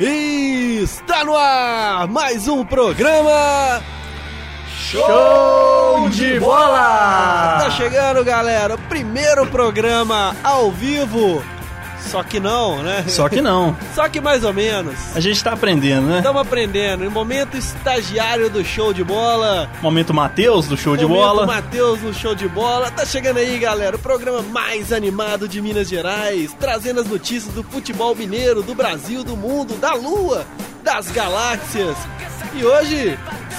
Está no ar mais um programa Show de bola! Tá chegando, galera. O primeiro programa ao vivo. Só que não, né? Só que não. Só que mais ou menos. A gente tá aprendendo, né? Estamos aprendendo. Em momento estagiário do show de bola. Momento Matheus do show de Momento bola. Matheus no show de bola. Tá chegando aí, galera. O programa mais animado de Minas Gerais. Trazendo as notícias do futebol mineiro, do Brasil, do mundo, da lua, das galáxias. E hoje,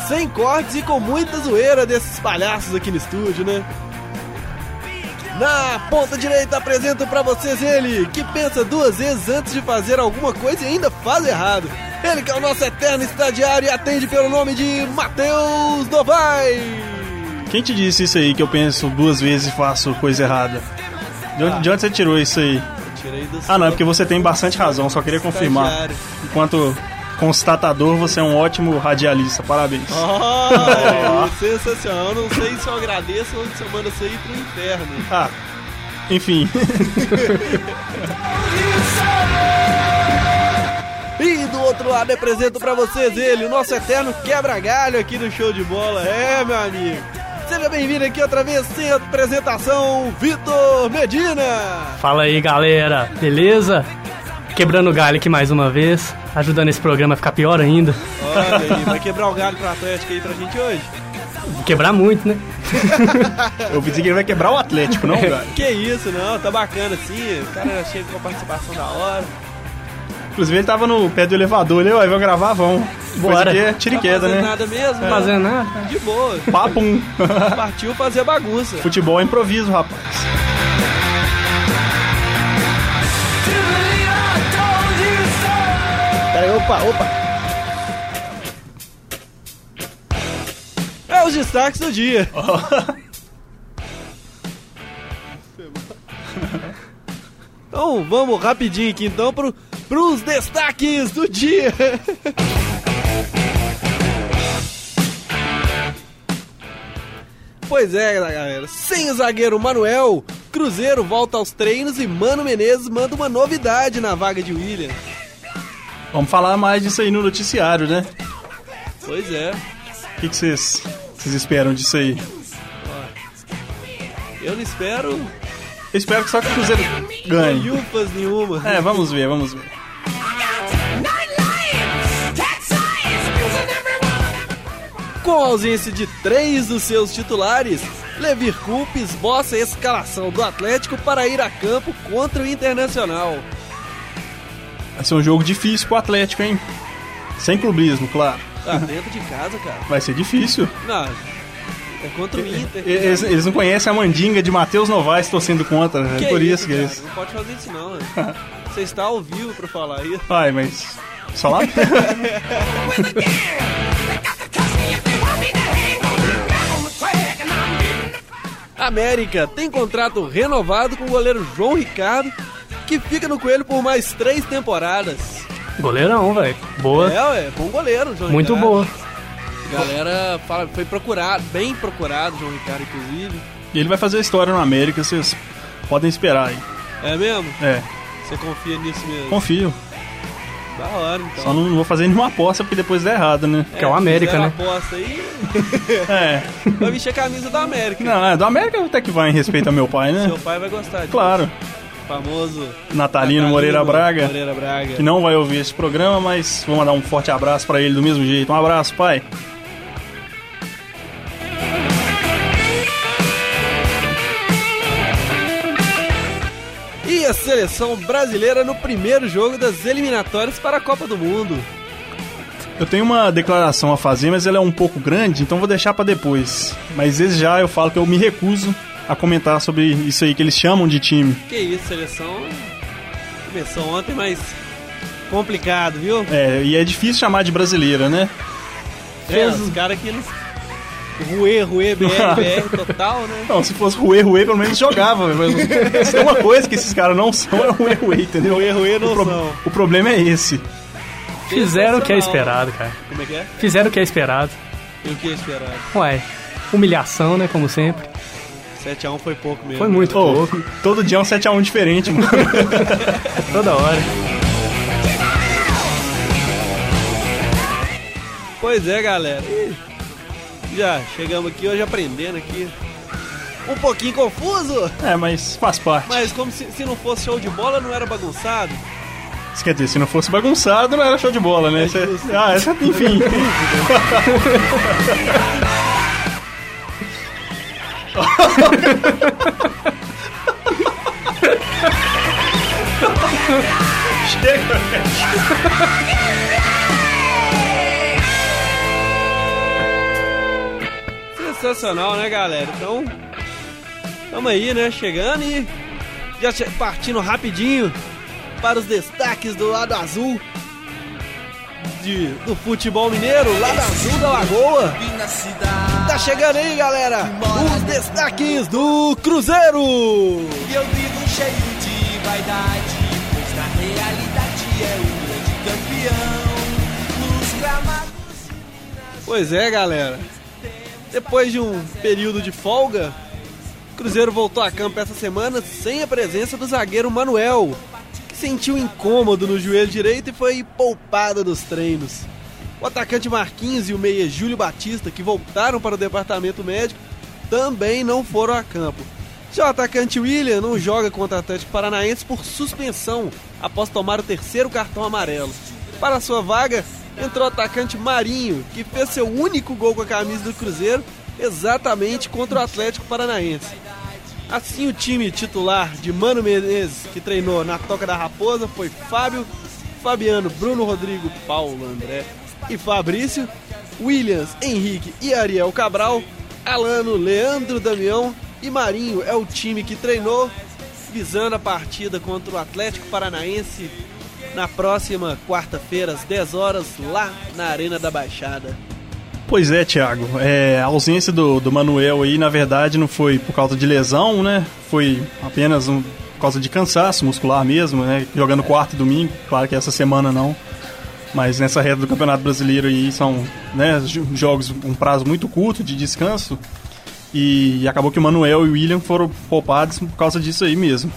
sem cortes e com muita zoeira desses palhaços aqui no estúdio, né? Na ponta direita apresento pra vocês ele, que pensa duas vezes antes de fazer alguma coisa e ainda faz errado. Ele que é o nosso eterno estagiário e atende pelo nome de Matheus Dovai. Quem te disse isso aí que eu penso duas vezes e faço coisa errada? De onde, de onde você tirou isso aí? Tirei do Ah, não, é porque você tem bastante razão, só queria confirmar. Estagiário. Enquanto constatador, você é um ótimo radialista, parabéns. Oh, sensacional. Eu não sei se eu agradeço ou se eu mando isso aí pro inferno. Ah, enfim. E do outro lado apresento pra vocês ele, o nosso eterno quebra-galho aqui no show de bola. É, meu amigo. Seja bem-vindo aqui outra vez sem apresentação, Vitor Medina. Fala aí, galera, beleza? Quebrando o galho aqui mais uma vez, ajudando esse programa a ficar pior ainda. Olha aí, vai quebrar o galho pro Atlético aí pra gente hoje? Quebrar muito, né? Eu pensei que ele vai quebrar o Atlético, não, cara? Que isso, não, tá bacana assim. O cara chega com a participação da hora. Inclusive, ele tava no pé do elevador, ele, ó, vão gravar, vão. Bora. Coisa que é tira e Não tá queda, fazendo né? nada mesmo, Fazendo nada. de boa. Papo um. Partiu fazer bagunça. Futebol é improviso, rapaz. Peraí, opa, opa. É os destaques do dia. então vamos rapidinho aqui então pro, pros destaques do dia. Pois é, galera. Sem o zagueiro Manuel, Cruzeiro volta aos treinos e Mano Menezes manda uma novidade na vaga de William. Vamos falar mais disso aí no noticiário, né? Pois é. O que que vocês vocês esperam disso aí? Eu não espero Eu espero que só que o Cruzeiro ganhe. Yufas nenhuma. É, vamos ver, vamos ver. Com a ausência de três dos seus titulares, Levir Culp esboça a escalação do Atlético para ir a campo contra o Internacional. Vai ser um jogo difícil pro Atlético, hein? Sem clubismo, claro. Ah, dentro de casa, cara. Vai ser difícil. Não, é contra o Inter. E- Eles, eles não conhecem a mandinga de Matheus Novaes torcendo contra, né? Que Por isso isso, que cara, eles. Não pode fazer isso não, né? Você está ao vivo pra falar isso. Ai, mas. Só lá. América tem contrato renovado com o goleiro João Ricardo, que fica no coelho por mais três temporadas. Goleirão, velho. Boa. É, ué, bom goleiro, João Muito Ricardo. boa. Galera fala- foi procurado, bem procurado, João Ricardo, inclusive. E ele vai fazer história no América, vocês podem esperar aí. É mesmo? É, Você confia nisso mesmo? confio. Da hora, então. Só não vou fazer nenhuma aposta porque depois dá errado, né? Que é o América, fizeram né? a aposta aí, É. vai vestir a camisa da América. Não, é, do América até que vai em respeito ao meu pai, né? Seu pai vai gostar disso. Claro. Famoso. Natalino Moreira Braga. Moreira Braga. que não vai ouvir esse programa, mas vou mandar um forte abraço pra ele do mesmo jeito. Um abraço, pai. E a seleção brasileira no primeiro jogo das eliminatórias para a Copa do Mundo. Eu tenho uma declaração a fazer, mas ela é um pouco grande, então vou deixar pra depois. Mas desde já eu falo que eu me recuso a comentar sobre isso aí que eles chamam de time. Que isso, seleção. Começou ontem, mas complicado, viu? É, e é difícil chamar de brasileira, né? É, os caras que eles. Ruê, ruê, BR, BR total, né? Não, se fosse Rue Rue, pelo menos jogava. Mas se tem uma coisa que esses caras não são, é Rue Rue, entendeu? Ruê, ruê O, não pro- são. o problema é esse. Fizeram o que é Sensacional. esperado, cara. Como é que é? Fizeram o que é esperado. E o que é esperado? Ué, humilhação, né? Como sempre. 7x1 foi pouco mesmo. Foi muito Ô, pouco, todo dia é um 7x1 diferente, mano. toda hora. Pois é, galera. Ih, Já chegamos aqui hoje aprendendo aqui. Um pouquinho confuso, É, mas faz parte. mas como se, se não fosse show de bola, não era bagunçado. Isso quer dizer, se não fosse bagunçado, não era show de bola, né? Isso é- justo. Ah, essa, enfim. Chega, velho. Sensacional, né, galera? Então, tamo aí, né? Chegando e já che- partindo rapidinho para os destaques do lado azul de, do futebol mineiro, lado azul da Lagoa. Tá chegando aí, galera, os destaques do Cruzeiro. E eu vivo cheio de vaidade, pois na realidade é o grande campeão. Nos gramados Pois é, galera. Depois de um período de folga, o Cruzeiro voltou a campo essa semana sem a presença do zagueiro Manuel, que sentiu incômodo no joelho direito e foi poupado dos treinos. O atacante Marquinhos e o meia Júlio Batista, que voltaram para o departamento médico, também não foram a campo. Já o atacante William não joga contra o Atlético Paranaense por suspensão após tomar o terceiro cartão amarelo. Para sua vaga, entrou o atacante Marinho, que fez seu único gol com a camisa do Cruzeiro exatamente contra o Atlético Paranaense. Assim, o time titular de Mano Menezes, que treinou na Toca da Raposa, foi Fábio, Fabiano, Bruno Rodrigo, Paulo André e Fabrício, Williams, Henrique e Ariel Cabral, Alano, Leandro Damião e Marinho é o time que treinou, visando a partida contra o Atlético Paranaense na próxima quarta-feira, às 10 horas, lá na Arena da Baixada. Pois é, Thiago. É, a ausência do, do Manuel aí, na verdade, não foi por causa de lesão, né? Foi apenas um, por causa de cansaço muscular mesmo, né? Jogando quarto e domingo, claro que essa semana não. Mas nessa reta do Campeonato Brasileiro aí são né, jo- jogos um prazo muito curto de descanso. E acabou que o Manuel e o William foram poupados por causa disso aí mesmo.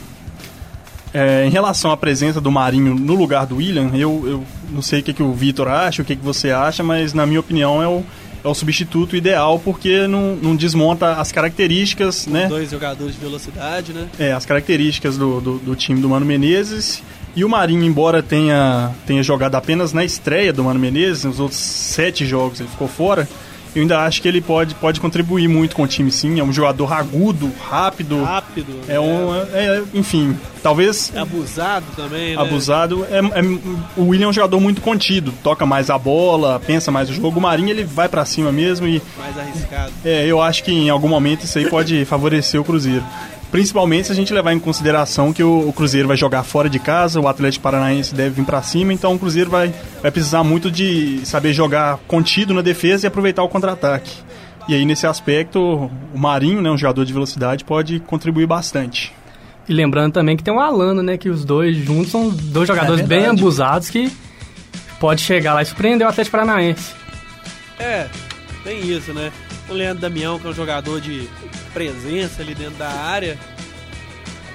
É, em relação à presença do Marinho no lugar do William, eu, eu não sei o que, que o Vitor acha, o que, que você acha, mas na minha opinião é o, é o substituto ideal porque não, não desmonta as características, né? Dois jogadores de velocidade, né? É, as características do, do, do time do Mano Menezes. E o Marinho, embora tenha, tenha jogado apenas na estreia do Mano Menezes, nos outros sete jogos ele ficou fora, eu ainda acho que ele pode, pode contribuir muito com o time, sim. É um jogador ragudo, rápido. Rápido. É um. é- é- enfim, talvez é abusado também, né? abusado. É, é- o William é um jogador muito contido, toca mais a bola, pensa mais o jogo. O Marinho ele vai pra cima mesmo e Mais arriscado. é, eu acho que em algum momento isso aí pode favorecer o Cruzeiro. Principalmente se a gente levar em consideração que o, o Cruzeiro vai jogar fora de casa, o Atlético Paranaense deve vir pra cima, então o Cruzeiro vai, vai precisar muito de saber jogar contido na defesa e aproveitar o contra-ataque. E aí, nesse aspecto, o Marinho, né, um jogador de velocidade, pode contribuir bastante. E lembrando também que tem o Alano, né? Que os dois juntos são dois jogadores bem É verdade. abusados que pode chegar lá e surpreender o Atlético Paranaense. É, tem isso, né? O Leandro Damião, que é um jogador de presença ali dentro da área.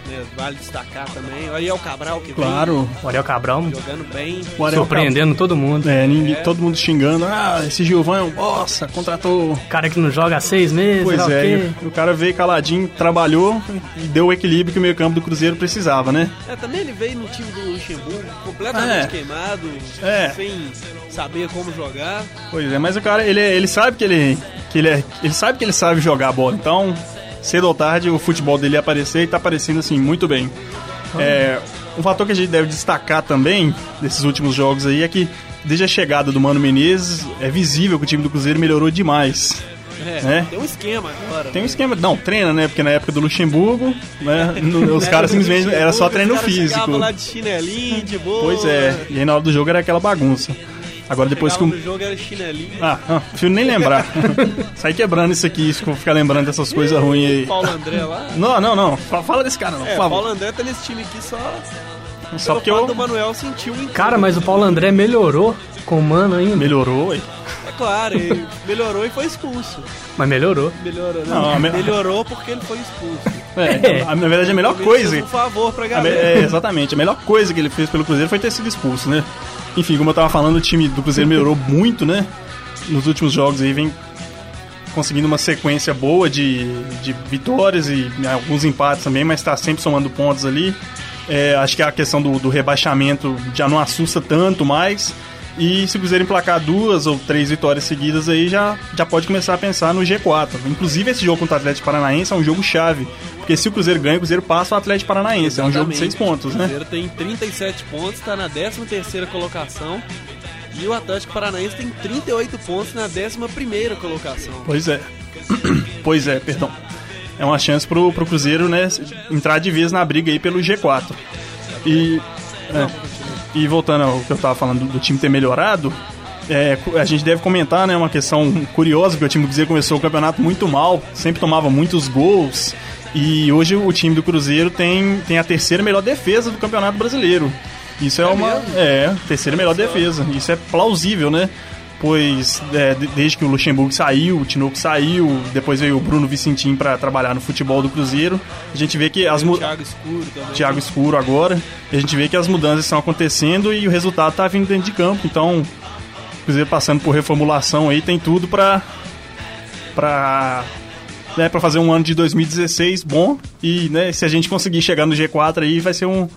né? Vale destacar também. é O Ariel Cabral, que vem Claro, O Ariel Cabral jogando bem. o Ariel surpreendendo todo mundo. É, ninguém, todo mundo xingando. Ah, esse Gilvan é um bosta, contratou. Cara que não joga há seis meses, Pois sei lá o é, quê. e o cara veio caladinho, trabalhou e deu o equilíbrio que o meio campo do Cruzeiro precisava, né? É, também ele veio no time do Luxemburgo completamente É. queimado, É. sem saber como jogar. Pois é, mas o cara, ele, ele sabe que ele, que ele é. Ele sabe que ele sabe jogar a bola, então, cedo ou tarde, o futebol dele ia aparecer e tá aparecendo assim, muito bem. É, um fator que a gente deve destacar também desses últimos jogos aí é que desde a chegada do Mano Menezes, é visível que o time do Cruzeiro melhorou demais. É, É. tem um esquema agora. Tem um esquema. Não, treina, né? Porque na época do Luxemburgo, né? no- os Né, caras do simplesmente era só Luxemburgo, treino os caras físico. chegavam lá de chinelinho, de boa. Pois é. E aí na hora do jogo era aquela bagunça. Agora depois que Chegava o. no jogo era chinelinho. Ah, ah, prefiro nem lembrar. Sai quebrando isso aqui, isso que eu vou ficar lembrando dessas coisas ruins aí. Paulo André lá. Não, não, não. Fa- Fala desse cara, não, É, por favor. Paulo André tá nesse time aqui só. pelo Só porque fato do eu. Manuel sentiu um Cara, mas o Paulo André melhorou com o Mano ainda. Melhorou, ué. É claro, ele melhorou e foi expulso. Mas melhorou. Melhorou, Não, não. a me- Melhorou porque ele foi expulso. É, a- na verdade, a melhor coisa. Fez Um favor pra A me- galera. é, exatamente. A melhor coisa que ele fez pelo Cruzeiro foi ter sido expulso, né? Enfim, como eu tava falando, o time do Cruzeiro melhorou muito, né? nos últimos jogos aí vem conseguindo uma sequência boa de, de vitórias e né, alguns empates também, mas está sempre somando pontos ali. É, acho que a questão do, do rebaixamento já não assusta tanto mais. E se quiserem placar duas ou três vitórias seguidas aí, já, já pode começar a pensar no G4. Inclusive, esse jogo contra o Atlético Paranaense é um jogo chave. Porque se o Cruzeiro ganha, o Cruzeiro passa o Atlético Paranaense. É um jogo de seis pontos, o né? Cruzeiro tem 37 pontos, está na 13ª colocação. E o Atlético Paranaense tem 38 pontos na 11ª colocação. Pois é. pois é, perdão. É uma chance pro, pro Cruzeiro, né, entrar de vez na briga aí pelo G4. E. é. E voltando ao que eu tava falando do, do time ter melhorado, é, cu- a gente deve comentar, né, uma questão curiosa, porque o time do Cruzeiro começou o campeonato muito mal, sempre tomava muitos gols, e hoje o time do Cruzeiro tem, tem a terceira melhor defesa do Campeonato Brasileiro. Isso é, uma. É, terceira melhor defesa. Isso é plausível, né? Pois é, de- desde que o Luxemburgo saiu, o Tinoco saiu, depois veio o Bruno Vicentim para trabalhar no futebol do Cruzeiro, a gente vê que as, O mu- Thiago Escuro também. Thiago Escuro agora. E a gente vê que as mudanças estão acontecendo e o resultado tá vindo dentro de campo. Então, o Cruzeiro passando por reformulação aí, tem tudo pra. pra. Né, pra fazer um ano de 2016 bom. E né, se a gente conseguir chegar no G4 aí, vai ser um.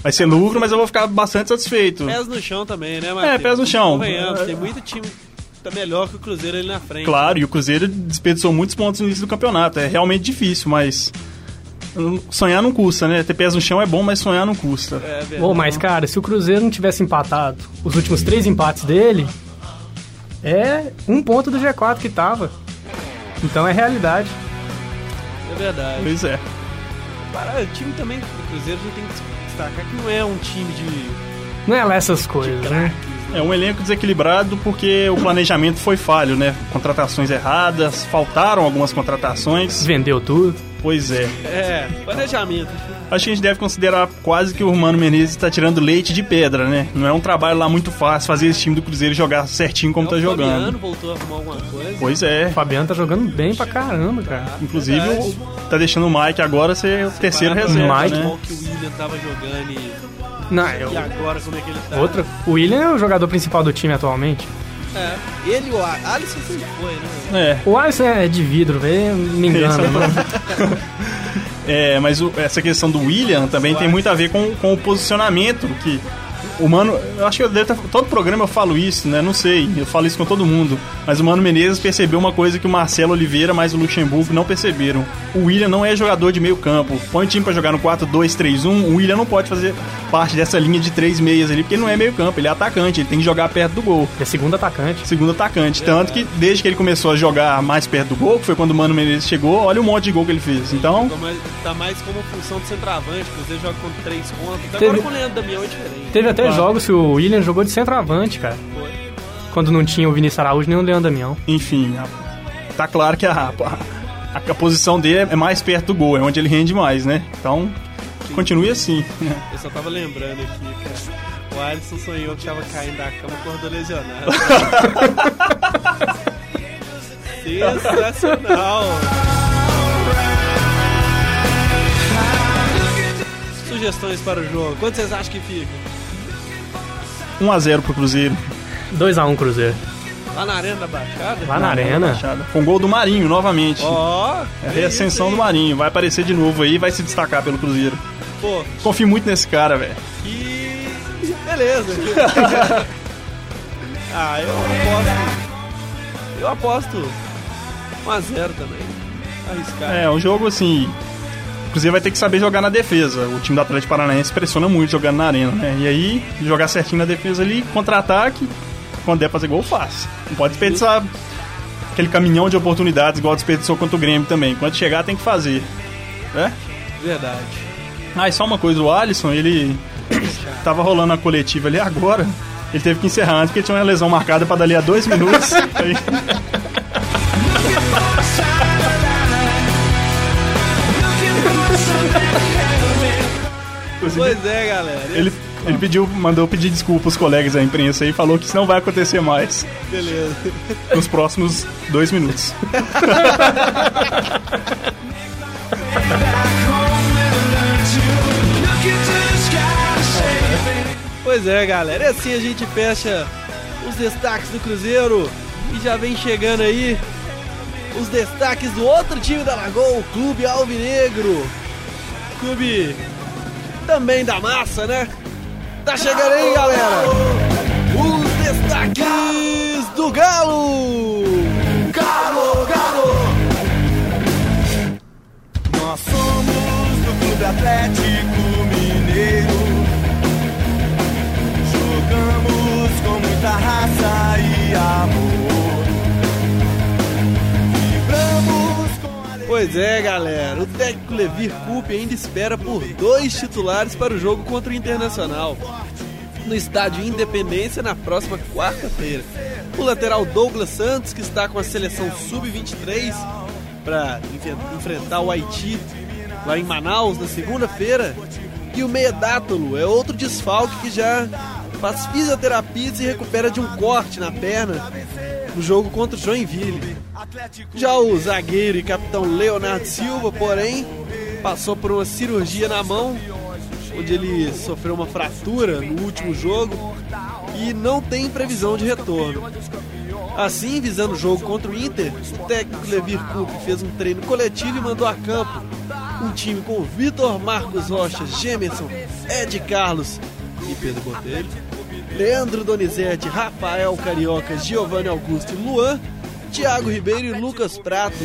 Vai ser lucro, mas eu vou ficar bastante satisfeito. Pés no chão também, né, Matheus? É, pés no chão. Convenhamos, tem muito time que tá melhor que o Cruzeiro ali na frente. Claro, e o Cruzeiro desperdiçou muitos pontos no início do campeonato. É realmente difícil, mas. hum, Sonhar não custa, né? Ter pés no chão é bom, mas sonhar não custa. É verdade. Ou mas, cara, se o Cruzeiro não tivesse empatado os últimos três empates dele, é um ponto do G4 que tava. Então é realidade. É verdade. Pois é. Para, o time também do Cruzeiro já tem que destacar que não é um time de Não é lá essas coisas, né? É um elenco desequilibrado porque o planejamento foi falho, né? Contratações erradas, faltaram algumas contratações. Vendeu tudo. Pois é. é, planejamento. Acho que a gente deve considerar quase que o Mano Menezes está tirando leite de pedra, né? Não é um trabalho lá muito fácil fazer esse time do Cruzeiro jogar certinho como É, tá o Fabiano jogando. voltou a arrumar alguma coisa. Pois é. O Fabiano tá jogando bem pra caramba, cara. Inclusive, É Verdade. o- tá deixando o Mike agora ser o terceiro Para reserva, o Mike. né? futebol que o William tava jogando e, Não, eu... e agora como é que ele tá. Outra. O William é o jogador principal do time atualmente. É, ele e o A- Alisson sempre foi, né? É. O Alisson é de vidro, velho. Me Esse é engana. né? o mano. É, mas o- essa questão do William também tem muito a ver com, com o posicionamento que o Mano, eu acho que eu devo tá- todo programa eu falo isso, né? Não sei, eu falo isso com todo mundo. Mas o Mano Menezes percebeu uma coisa que o Marcelo Oliveira mais o Luxemburgo não perceberam. O William não é jogador de meio campo. Põe o time pra jogar no 4-2-3-1, o William não pode fazer parte dessa linha de três meias ali, porque ele não é meio campo, ele é atacante, ele tem que jogar perto do gol Ele é segundo atacante. segundo atacante. Tanto que desde que ele começou a jogar mais perto do gol, que foi quando o Mano Menezes chegou, olha o monte de gol que ele fez. Então, Como ele tá mais como função de centroavante, o Cruzeiro joga com três pontos. Agora Teve- com o Leandro Damião é diferente. Teve até Claro. jogos que o William jogou de centroavante, cara. Foi. Quando não tinha o Vinícius Araújo nem o Leandro Damião. enfim, a- tá claro que a, a- a posição dele é mais perto do gol, é onde ele rende mais, né? Então, continue assim. Eu só tava lembrando aqui, cara. O Alisson sonhou que tava caindo da cama acordou lesionado. Sensacional! Sugestões para o jogo. Quanto vocês acham que fica? 1 a 0 pro Cruzeiro. 2x1 Cruzeiro. Lá na Arena da Baixada? Lá Tá na Na Arena. Baixada. Com gol do Marinho, novamente. Ó! É a reascensão do Marinho. Vai aparecer de novo aí, vai se destacar pelo Cruzeiro. Pô, Confio muito nesse cara, velho. que. Beleza! ah, eu aposto. Eu aposto 1x0 também. Arriscar. É, um jogo assim. O Cruzeiro vai ter que saber jogar na defesa. O time do Atlético Paranaense pressiona muito jogando na arena, né? E aí, jogar certinho na defesa ali, contra-ataque, quando der pra fazer gol, faz. Não pode desperdiçar aquele caminhão de oportunidades igual desperdiçou contra o Grêmio também. Quando chegar, tem que fazer. Né? Verdade. Ah, e só uma coisa, o Alisson, ele tava rolando a coletiva ali agora. Ele teve que encerrar antes porque tinha uma lesão marcada pra dali a dois minutos. Aí, Pois é, galera. ele, ele pediu, mandou pedir desculpa aos colegas da imprensa aí e falou que isso não vai acontecer mais. Beleza. nos próximos dois minutos. Pois é, galera. E assim a gente fecha os destaques do Cruzeiro. E já vem chegando aí os destaques do outro time da Lagoa, o Clube Alvinegro. Clube também da massa, né? Tá chegando aí, galera. Os destaques do Galo. Galo, galo! Nós somos do Clube Atlético Mineiro. Jogamos com muita raça e amor. Vibramos com alegria. Pois é, galera. O técnico Levir Coupe ainda espera por dois titulares para o jogo contra o Internacional. No estádio Independência na próxima quarta-feira. O lateral Douglas Santos, que está com a seleção sub-23 para enfrentar o Haiti lá em Manaus na segunda-feira. E o meia Dátolo é outro desfalque que já faz fisioterapia e se recupera de um corte na perna no jogo contra o Joinville. Já o zagueiro e capitão Leonardo Silva, porém, passou por uma cirurgia na mão, onde ele sofreu uma fratura no último jogo e não tem previsão de retorno. Assim, visando o jogo contra o Inter, o técnico Levir Coupe fez um treino coletivo e mandou a campo um time com Vitor Marcos Rocha, Gemerson, Ed Carlos e Pedro Botelho. Leandro Donizete, Rafael Carioca, Giovanni Augusto, Luan, Thiago Ribeiro e Lucas Prato.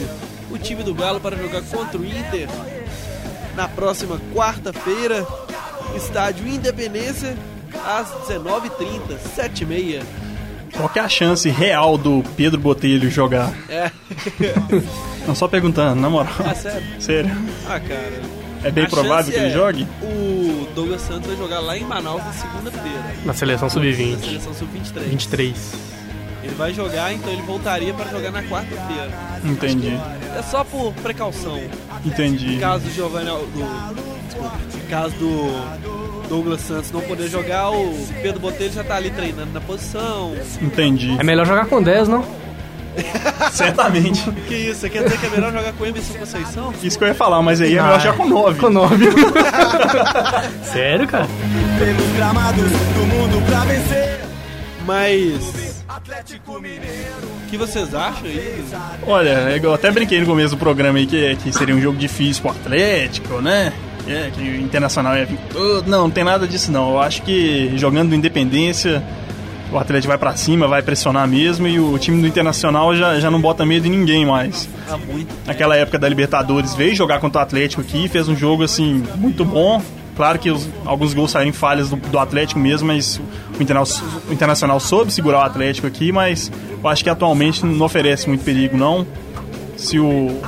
O time do Galo para jogar contra o Inter na próxima quarta-feira, estádio Independência, às 19h30, 7h30. Qual que é a chance real do Pedro Botelho jogar? É, Não, só perguntando, na moral. ah, sério. Sério. Ah, cara. É bem A provável chance que ele é jogue? O Douglas Santos vai jogar lá em Manaus na segunda-feira. Na seleção Na sub-20. seleção sub-23. 23. Ele vai jogar, então ele voltaria para jogar na quarta-feira. Entendi. É só por precaução. Entendi. Em caso do Giovanni Al- do, desculpa, em caso do Douglas Santos não poder jogar, o Pedro Botelho já tá ali treinando na posição. Entendi. É melhor jogar com 10, não? Certamente. Que isso? Quer dizer que é melhor jogar com o Emerson Conceição? Isso que eu ia falar, mas aí é melhor já com 9. Ah, Com 9. Sério, cara? Pelos gramados do mundo pra vencer. Mas Atlético Mineiro. o que vocês acham aí? Olha, é igual- eu até brinquei no começo do programa aí que, que seria um jogo difícil pro Atlético, né? É, que o Internacional ia vir com tudo. Não, não tem nada disso não. Eu acho que jogando do Independência, o Atlético vai pra cima, vai pressionar mesmo e o time do Internacional já, já não bota medo em ninguém mais. Há muito. Naquela época da Libertadores, veio jogar contra o Atlético aqui, fez um jogo assim muito bom. Claro que os- alguns gols saíram em falhas do, do Atlético mesmo, mas o, Interna- o Internacional soube segurar o Atlético aqui, mas eu acho que atualmente não oferece muito perigo não. Se o,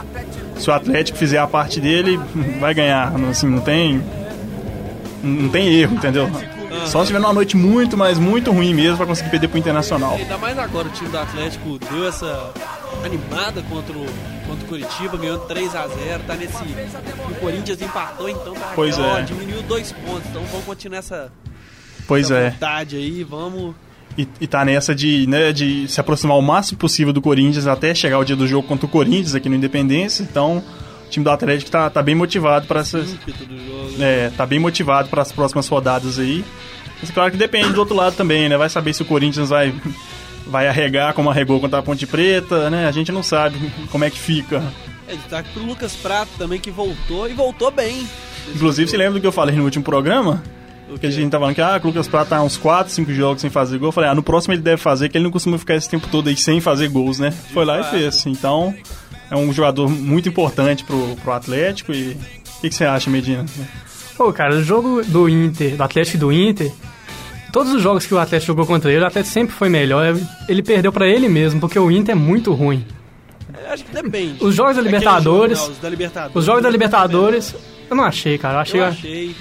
se o Atlético fizer a parte dele, vai ganhar. Não- Assim, não tem. Não tem erro, entendeu? Só se tiver numa noite muito, mas muito ruim mesmo pra conseguir perder pro Internacional. Ainda mais agora o time do Atlético deu essa animada contra o, contra o Curitiba, ganhando 3 a 0 tá nesse. e O Corinthians empatou, então tá Pois ó, é. diminuiu dois pontos. Então vamos continuar essa, Pois essa é. vontade aí, vamos. E, e tá nessa de, né, de se aproximar o máximo possível do Corinthians até chegar o dia do jogo contra o Corinthians aqui no Independência. Então, o time do Atlético tá, tá bem motivado para essas. ímpeto do jogo. É, tá bem motivado para as próximas rodadas aí. Mas claro que depende do outro lado também, né? Vai saber se o Corinthians vai, vai arregar como arregou contra a Ponte Preta, né? A gente não sabe como é que fica. É, destaque pro Lucas Prato também, que voltou e voltou bem. Inclusive, você lembra do que eu falei no último programa? O Que a gente tá falando que ah, o Lucas Prato tá uns 4, 5 jogos sem fazer gol. Eu falei, ah, no próximo ele deve fazer, que ele não costuma ficar esse tempo todo aí sem fazer gols, né? Foi lá fato. e fez. Então, é um jogador muito importante pro, pro Atlético. E o que, que você acha, Medina? Pô, cara, o jogo do Inter, do Atlético e do Inter, todos os jogos que o Atlético jogou contra ele, o Atlético sempre foi melhor. Ele perdeu pra ele mesmo, porque o Inter é muito ruim. Eu É, Acho que depende. Os jogos da Aquele Libertadores- jogo, não, os da Libertadores. Os jogos da Libertadores, eu não achei, cara. Eu achei. Eu achei.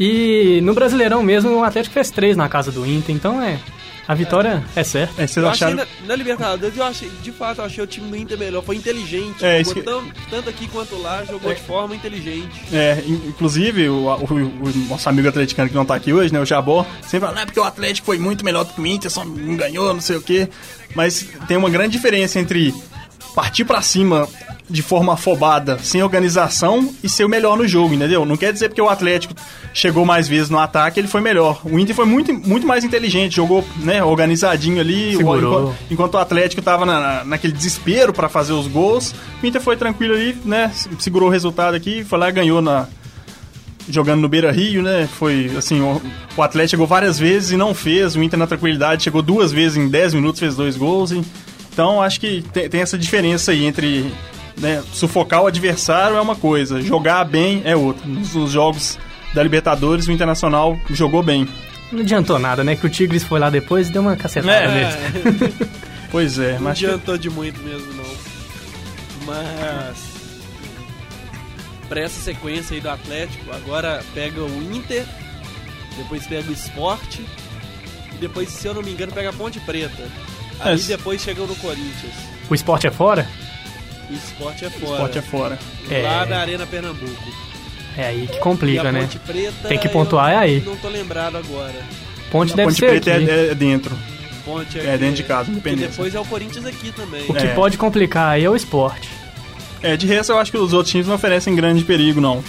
E no Brasileirão mesmo, o Atlético fez três na casa do Inter, então é. A vitória é certa. É, vocês Eu achei acharam. na, na Libertadores, eu achei, de fato, eu achei o time do Inter melhor. Foi inteligente. É, isso jogou que- tão- tanto aqui quanto lá, jogou de forma inteligente. É, in- inclusive, o, o- o nosso amigo atleticano que não tá aqui hoje, né, o Jabó, sempre fala, "Ah, porque o Atlético foi muito melhor do que o Inter, só não ganhou, não sei o quê. Mas tem uma grande diferença entre partir pra cima de forma afobada, sem organização e ser o melhor no jogo, entendeu? Não quer dizer porque o Atlético chegou mais vezes no ataque, ele foi melhor. O Inter foi muito, muito mais inteligente, jogou né, organizadinho ali, o- Segurou. enquanto, enquanto o Atlético tava na- na- naquele desespero para fazer os gols. O Inter foi tranquilo ali, né? se- Segurou o resultado aqui, foi lá e ganhou na, jogando no Beira Rio, né? Foi assim, o, o Atlético chegou várias vezes e não fez, o Inter na tranquilidade chegou duas vezes em 10 minutos, fez dois gols. e- então acho que tem, tem essa diferença aí entre né, sufocar o adversário é uma coisa, jogar bem é outra. Nos, nos jogos da Libertadores, o Internacional jogou bem. Não adiantou nada, né? Que o Tigres foi lá depois e deu uma cacetada É. nele. Pois é, Não mas adiantou de muito mesmo, não. Mas. Pra essa sequência aí do Atlético, agora pega o Inter, depois pega o Sport, e depois, se eu não me engano, pega a Ponte Preta. É Aí Mas- depois chegam no Corinthians. O esporte é fora? E o Sport é o fora. esporte é fora. é- Lá É. na Arena Pernambuco. É aí que E a complica, né? Ponte Preta. Tem que eu pontuar, é aí. Não tô lembrado agora. Ponte A deve Ponte ser Preta aqui. é, é dentro. Ponte É, dentro de casa, Porque independência. depois é o Corinthians aqui também. O que é. pode complicar aí é o esporte. É, de resto eu acho que os outros times não oferecem grande perigo, não.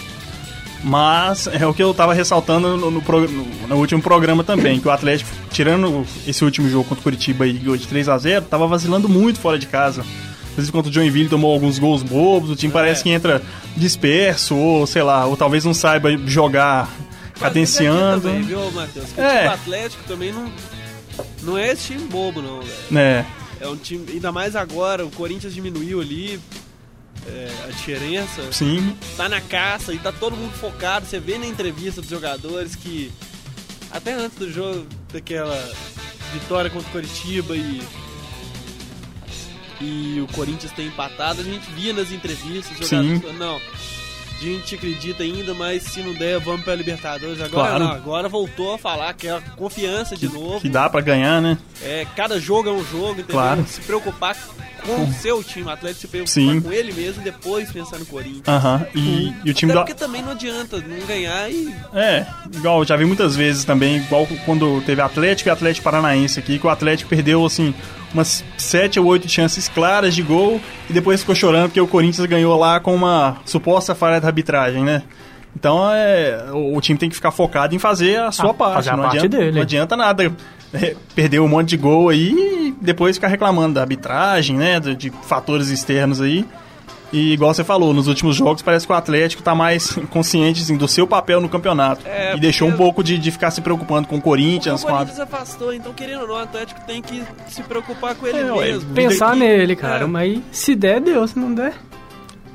Mas é o que eu tava ressaltando no, no pro- no- no último programa também, que o Atlético, tirando esse último jogo contra o Curitiba aí, ganhou de 3 a 0 tava vacilando muito fora de casa. Às vezes contra o Joinville tomou alguns gols bobos, o É. time parece que entra disperso, ou sei lá, ou talvez não saiba jogar Mas isso é aqui cadenciando. Também, viu, Matheus? Porque É. o time do Atlético também não. Não é esse time bobo, não, velho. né? É um time. Ainda mais agora, o Corinthians diminuiu ali. é, a diferença. Sim, Tá na caça e tá todo mundo focado. Você vê na entrevista dos jogadores que. Até antes do jogo, daquela vitória contra o Coritiba e. E o Corinthians tem empatado, a gente via nas entrevistas, os jogadores Sim. falando, não. A gente acredita ainda, mas se não der, vamos pra Libertadores. Agora Claro. não, agora voltou a falar que é a confiança de novo. que dá pra ganhar, né? É, cada jogo é um jogo, entendeu? Claro. Se preocupar com o seu time, o Atlético se preocupar Sim. com ele mesmo e depois pensar no Corinthians. Aham. E, e o time Até do porque também não adianta não ganhar e. É, igual eu já vi muitas vezes também, igual quando teve Atlético e Atlético Paranaense aqui, que o Atlético perdeu assim umas sete ou oito chances claras de gol e depois ficou chorando porque o Corinthians ganhou lá com uma suposta falha da arbitragem, né? Então é, o, o time tem que ficar focado em fazer a sua Ah, parte, fazer a não, parte adianta, dele. não adianta nada é, perder um monte de gol aí e depois ficar reclamando da arbitragem, né, de- de fatores externos aí. E igual você falou, nos últimos jogos parece que o Atlético tá mais consciente assim, do seu papel no campeonato. É, e deixou um porque- pouco de, de ficar se preocupando com o Corinthians, o com a... Corinthians afastou, então querendo ou não, o Atlético tem que se preocupar com ele É, ué, mesmo. Pensar Tem que- nele, cara. É, Mas se der, deu. Se não der,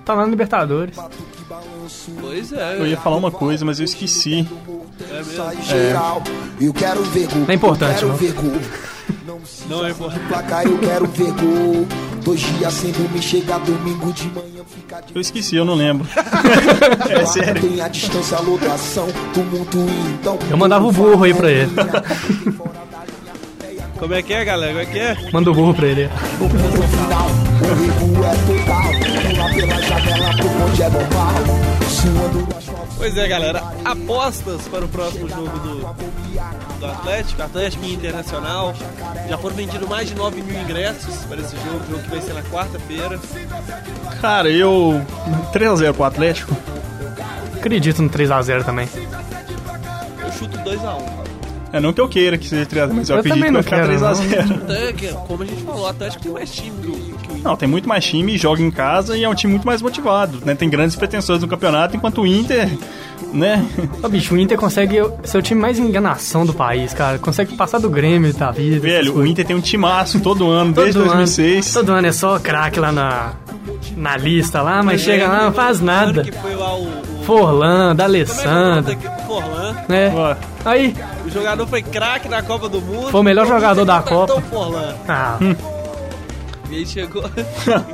tá lá no Libertadores. Pois é, Eu ia falar uma coisa, mas eu esqueci. Sai geral. É Eu quero ver gol. Não é importante, eu quero não. ver gol. Não é importante. Placar, eu quero ver gol. Dois dias sem dormir, chegar domingo de manhã, ficar de Eu esqueci, eu não lembro. é sério. Tem a distância, a lotação, tumulto então. Eu mandava o burro aí pra ele. Como é que é, galera? Como é que é? Manda o burro pra ele. No ponto final, o rico é total. Pular pela janela pro monte é normal. Suando no asfalto. Pois é, galera. Apostas para o próximo jogo do, do Atlético, Atlético e Internacional. Já foram vendidos mais de 9 mil ingressos para esse jogo, jogo que vai ser na quarta-feira. Cara, eu... 3x0 pro Atlético. Acredito no 3x0 também. Eu chuto 2x1. É, não que eu queira que seja 3x0, mas eu, Eu acredito também que vai não ficar quero, 3x0. Como a gente falou, o Atlético tem mais time do, do que o Inter. Não, tem muito mais time, joga em casa e é um time muito mais motivado, né? Tem grandes pretensões no campeonato, enquanto o Inter, né? Ó, bicho, o Inter consegue ser o time mais enganação do país, cara. Consegue passar do Grêmio da vida. Velho, o Inter tem um timaço todo ano, desde Todo 2006. Ano, todo ano é só craque lá na, na lista lá, mas chega lá, não faz nada. Que foi lá o. o... Como é Forlan, que é o nome D'Alessandro, daquele- Forlan. né? Ó, Aí, O jogador foi craque na Copa do Mundo. Então, Foi o melhor jogador da Contratou Copa. o Forlan. ah, E aí chegou.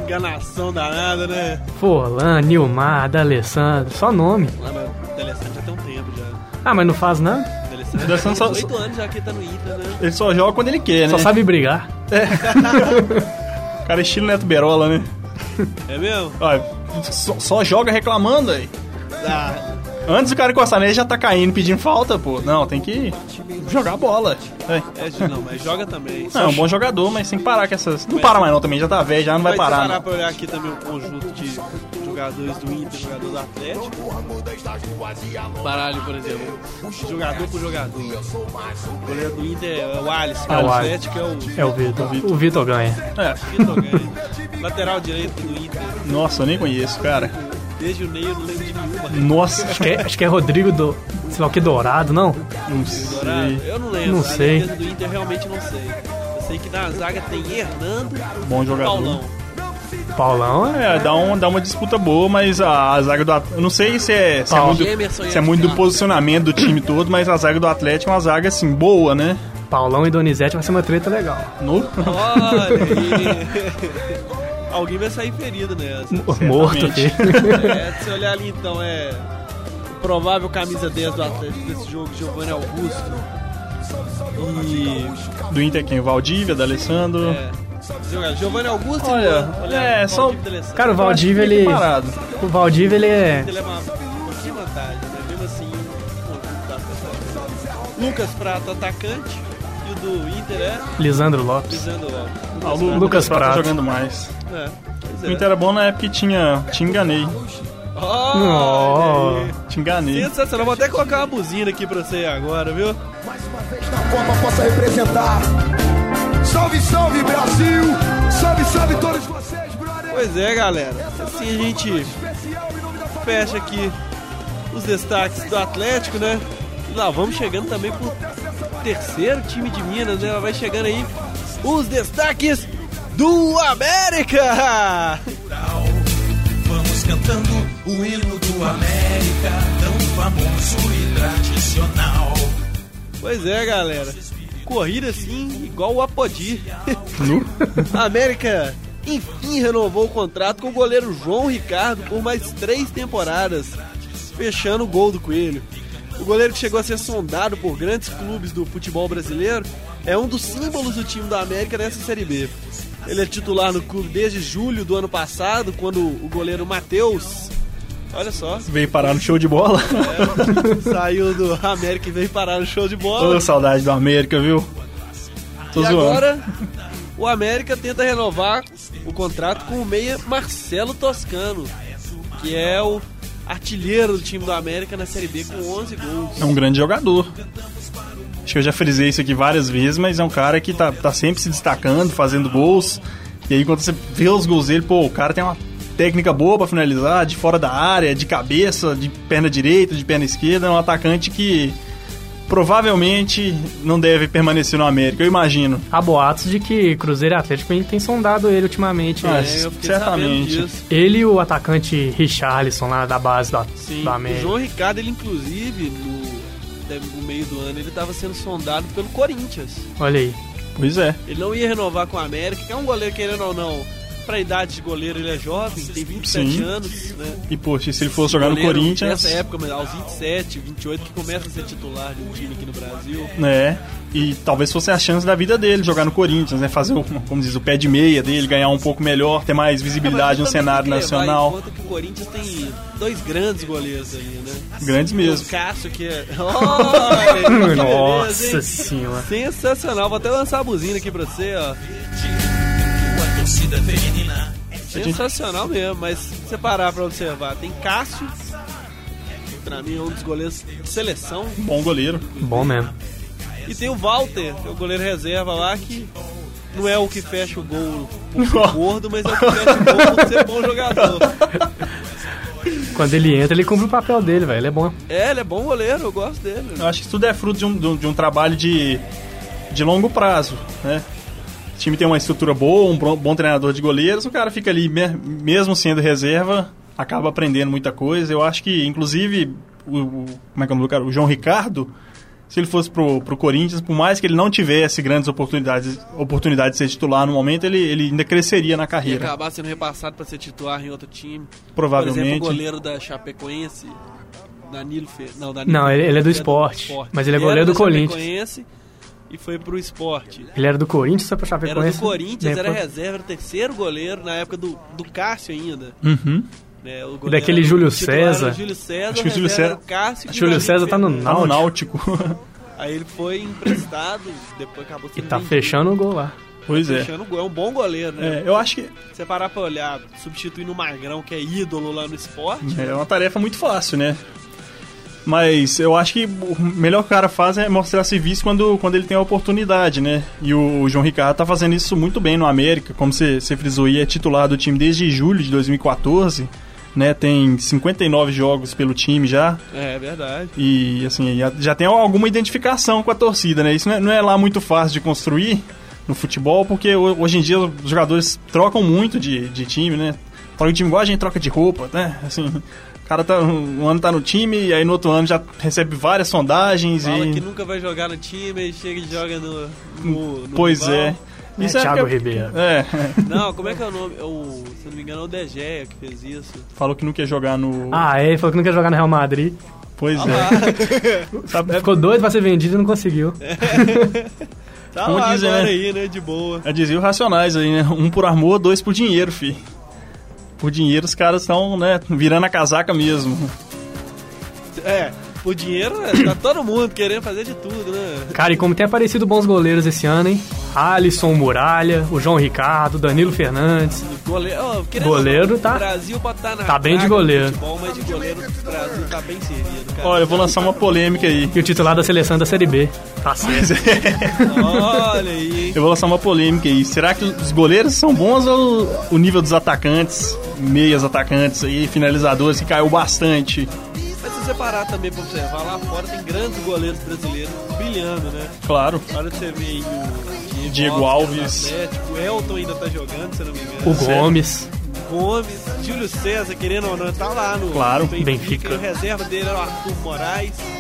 Enganação danada, né? Forlan, Nilmar, D'Alessandro, só nome. Lá no Telesante já tem um tempo já. Ah, mas não faz nada, Telesante. O D'Alessandro só- 18 anos já que tá no Inter, né? Ele só joga quando ele quer, né? só sabe brigar. O cara é estilo Neto Berola, né? É mesmo? Ó, só, só joga reclamando aí. Ah, Antes o cara encostar nele já tá caindo pedindo falta, pô. Não, tem que jogar bola. É. É, Gil, não, mas joga também. Não, é um bom jogador, mas tem que parar com essas. Não para mais não também, já tá velho, já não vai parar. parar Não. pra olhar aqui também o conjunto de jogadores do Inter, jogador do Atlético. Baralho, por exemplo. Jogador por jogador. O goleiro do Inter é o Alisson. Ah, o o Alisson. Atlético é o É o Vitor. O Vitor ganha. É. Vitor Ganha. Lateral direito do Inter. Nossa, eu nem conheço, cara. Desde o Ney eu não lembro de nenhuma. Nossa, Acho que é, acho que é Rodrigo do. sei lá o que, Dourado, não? não sei. Dourado, eu não lembro. Não a sei. defesa do Inter eu realmente não sei. Eu sei que na zaga tem Hernando e Bom jogador. Paulão. Paulão é. É, dá, um, dá uma disputa boa, mas a, a zaga do Atlético. Eu não sei se é, se é Paulo. muito, Tá. Emerson e se é muito do Atlético. posicionamento do time todo, mas a zaga do Atlético é uma zaga assim, boa, né? Paulão e Donizete vai ser uma treta legal. No... Olha aí. Alguém vai sair ferido nessa. Morto, Certamente. filho. É, se olhar ali então, é. o Provável camisa 10 do Atlético desse jogo, Giovanni Augusto. E. Do Inter quem? O Valdívia, da Alessandro. É, Giovanni Augusto e Então- Olha, Luan. é, só- Valdir D'Alessandro. Cara, o Valdívia, ele. Parado. O Valdívia, ele é. Ele é uma grande vantagem, né? Mesmo assim, o conjunto da Atlético. Lucas Prato, atacante. E o do Inter é Lisandro Lopes. Lisandro Lopes. Ah, o Lu- Lucas tá Prato. jogando mais. É, pois é. O Inter era bom na época que tinha. Te enganei. Olha aí. Te enganei. Sensacional, vou até colocar uma buzina aqui pra você agora, viu? Mais uma vez na Copa possa representar. Salve, salve Brasil! Salve, salve todos vocês, brother! Pois é, galera. Assim a gente fecha aqui os destaques do Atlético, né? E lá vamos chegando também pro terceiro time de Minas, né? Ela vai chegando aí os destaques do América! Vamos cantando o hino do América, tão famoso e tradicional. Pois é, galera. Corrida assim, igual o Apodi. A América enfim renovou o contrato com o goleiro João Ricardo por mais três temporadas, fechando o gol do Coelho. O goleiro que chegou a ser sondado por grandes clubes do futebol brasileiro é um dos símbolos do time da América nessa Série B. Ele é titular no clube desde julho do ano passado, quando o goleiro Matheus. Olha só, Veio parar no show de bola. saiu do América e veio parar no show de bola. Ô, saudade do América, viu? Tô e zoando. agora, o América tenta renovar o contrato com o meia Marcelo Toscano, que é o artilheiro do time do América na Série B com 11 gols. É um grande jogador. Acho que eu já frisei isso aqui várias vezes, mas é um cara que tá, tá sempre se destacando, fazendo gols. E aí quando você vê os gols dele, pô, o cara tem uma técnica boa pra finalizar, de fora da área, de cabeça, de perna direita, de perna esquerda, é um atacante que provavelmente não deve permanecer no América, eu imagino. Há boatos de que Cruzeiro e Atlético tem sondado ele ultimamente. Ah, É, sim. eu fiquei certamente. sabendo disso. Ele e o atacante Richarlison lá da base da, Sim, da o América. João Ricardo, ele inclusive, no, deve- no meio do ano, ele estava sendo sondado pelo Corinthians. Olha aí. Pois é. Ele não ia renovar com o América, que é um goleiro, querendo ou não, pra idade de goleiro ele é jovem, tem 27 Sim. anos, né? E poxa, se ele fosse jogar no Goleiro, Corinthians. Nessa época, mas aos 27, 28, que começa a ser titular de um time aqui no Brasil. É, e talvez fosse a chance da vida dele jogar no Corinthians, né? Fazer, o- como diz, o pé de meia dele, ganhar um pouco melhor, ter mais visibilidade no Mas também um cenário tem que levar Em nacional. conta que o Corinthians tem dois grandes goleiros aí, né? Grandes O mesmo. Cássio que é. Olha, que beleza, hein? Nossa senhora. Sensacional, vou até lançar a buzina aqui pra você, ó. Uma torcida feminina. Sensacional mesmo, mas se você parar pra observar, tem Cássio, que pra mim é um dos goleiros de seleção, Bom goleiro. Bom mesmo. e tem o Walter, que é o goleiro reserva lá, que não é o que fecha o gol por ser Nossa. gordo, mas é o que fecha o gol por ser bom jogador. Quando ele entra, ele cumpre o papel dele, velho. Ele é bom. É, ele é bom goleiro, eu gosto dele. Eu acho que tudo é fruto de um, de um, de um trabalho de, de longo prazo, né? O time tem uma estrutura boa, um bom, bom treinador de goleiros, o cara fica ali, me- mesmo sendo reserva, acaba aprendendo muita coisa. Eu acho que, inclusive, o, o- como é que é o nome do cara? O João Ricardo, se ele fosse pro, pro Corinthians, por mais que ele não tivesse grandes oportunidades, oportunidade de ser titular no momento, ele, ele ainda cresceria na E carreira, acabar sendo repassado pra ser titular em outro time. Por exemplo, o provavelmente. goleiro da Chapecoense, Danilo Fer... Não, Danilo Não, ele- ele é do Fer- Sport, mas ele é goleiro era do da Corinthians. Chapecoense e foi pro esporte. Ele era do Corinthians, foi pra Chapecoense. né, Era do Corinthians, era Depois- reserva, era o terceiro goleiro na época do, do Cássio ainda. Uhum. né? O goleiro daquele Júlio titular era o César. Júlio César, Acho que o Júlio reserva era César- Cássio, e Júlio Davi César tá no Fernandes. Tá no Náutico. Aí ele foi emprestado, depois acabou E sendo tá vendido, fechando o gol lá. pois é. fechando o gol. É um bom goleiro, né? É, Eu acho que Se Você parar pra olhar, substituindo o Magrão, que é ídolo lá no esporte, é uma tarefa muito fácil, né? Mas eu acho que o melhor que o cara faz é mostrar serviço quando, quando ele tem a oportunidade, né? E o João Ricardo tá fazendo isso muito bem no América, como você você frisou aí, é titular do time desde julho de 2014, né? Tem 59 jogos pelo time já, é verdade. E assim, já, já tem alguma identificação com a torcida, né? Isso não é, não é lá muito fácil de construir no futebol, porque ho- hoje em dia os jogadores trocam muito de, de time, né? Troca de time igual a gente troca de roupa, né? Assim, o cara tá. Um ano tá no time, e aí no outro ano já recebe várias sondagens Fala e. que nunca vai jogar no time, aí chega e joga no. no- no Pois rival. é. Isso é, Thiago porque- Ribeiro. É, Não, como é que é o nome? O, se não me engano, é o Degeia que fez isso. falou que não quer jogar no. Ah, é, ele falou que não quer jogar no Real Madrid. Tá, pois é. Sabe, Ficou doido pra ser vendido e não conseguiu. É. Tá Como lá dizem, agora né? aí, né? De boa. É dizia o Racionais aí, né? Um por amor, dois por dinheiro, fi. Por dinheiro os caras estão, né, virando a casaca mesmo. É, o dinheiro é, tá todo mundo querendo fazer de tudo, né? Cara, e como tem aparecido bons goleiros esse ano, hein? Alisson Muralha, o João Ricardo, Danilo Fernandes. Goleiro, ó, querendo- Goleiro tá- O Brasil pode tá na tá bem de draga do goleiro. Futebol, mas de goleiro o Brasil tá bem servido, cara. Olha, eu vou lançar uma polêmica aí. E o titular da seleção da Série B. Tá certo. Olha aí, hein? Eu vou lançar uma polêmica aí. Será que os goleiros são bons ou o nível dos atacantes, meias atacantes aí, finalizadores, que caiu bastante? Mas se você parar também pra observar, lá fora tem grandes goleiros brasileiros brilhando, né? Claro. Olha pra você ver aí o Diego Alves. que era do Atlético, o Elton ainda tá jogando, se eu não me engano. O Gomes. Gomes, Júlio César, querendo ou não, tá lá no Claro, no Benfica. O reserva dele era o Arthur Moraes, que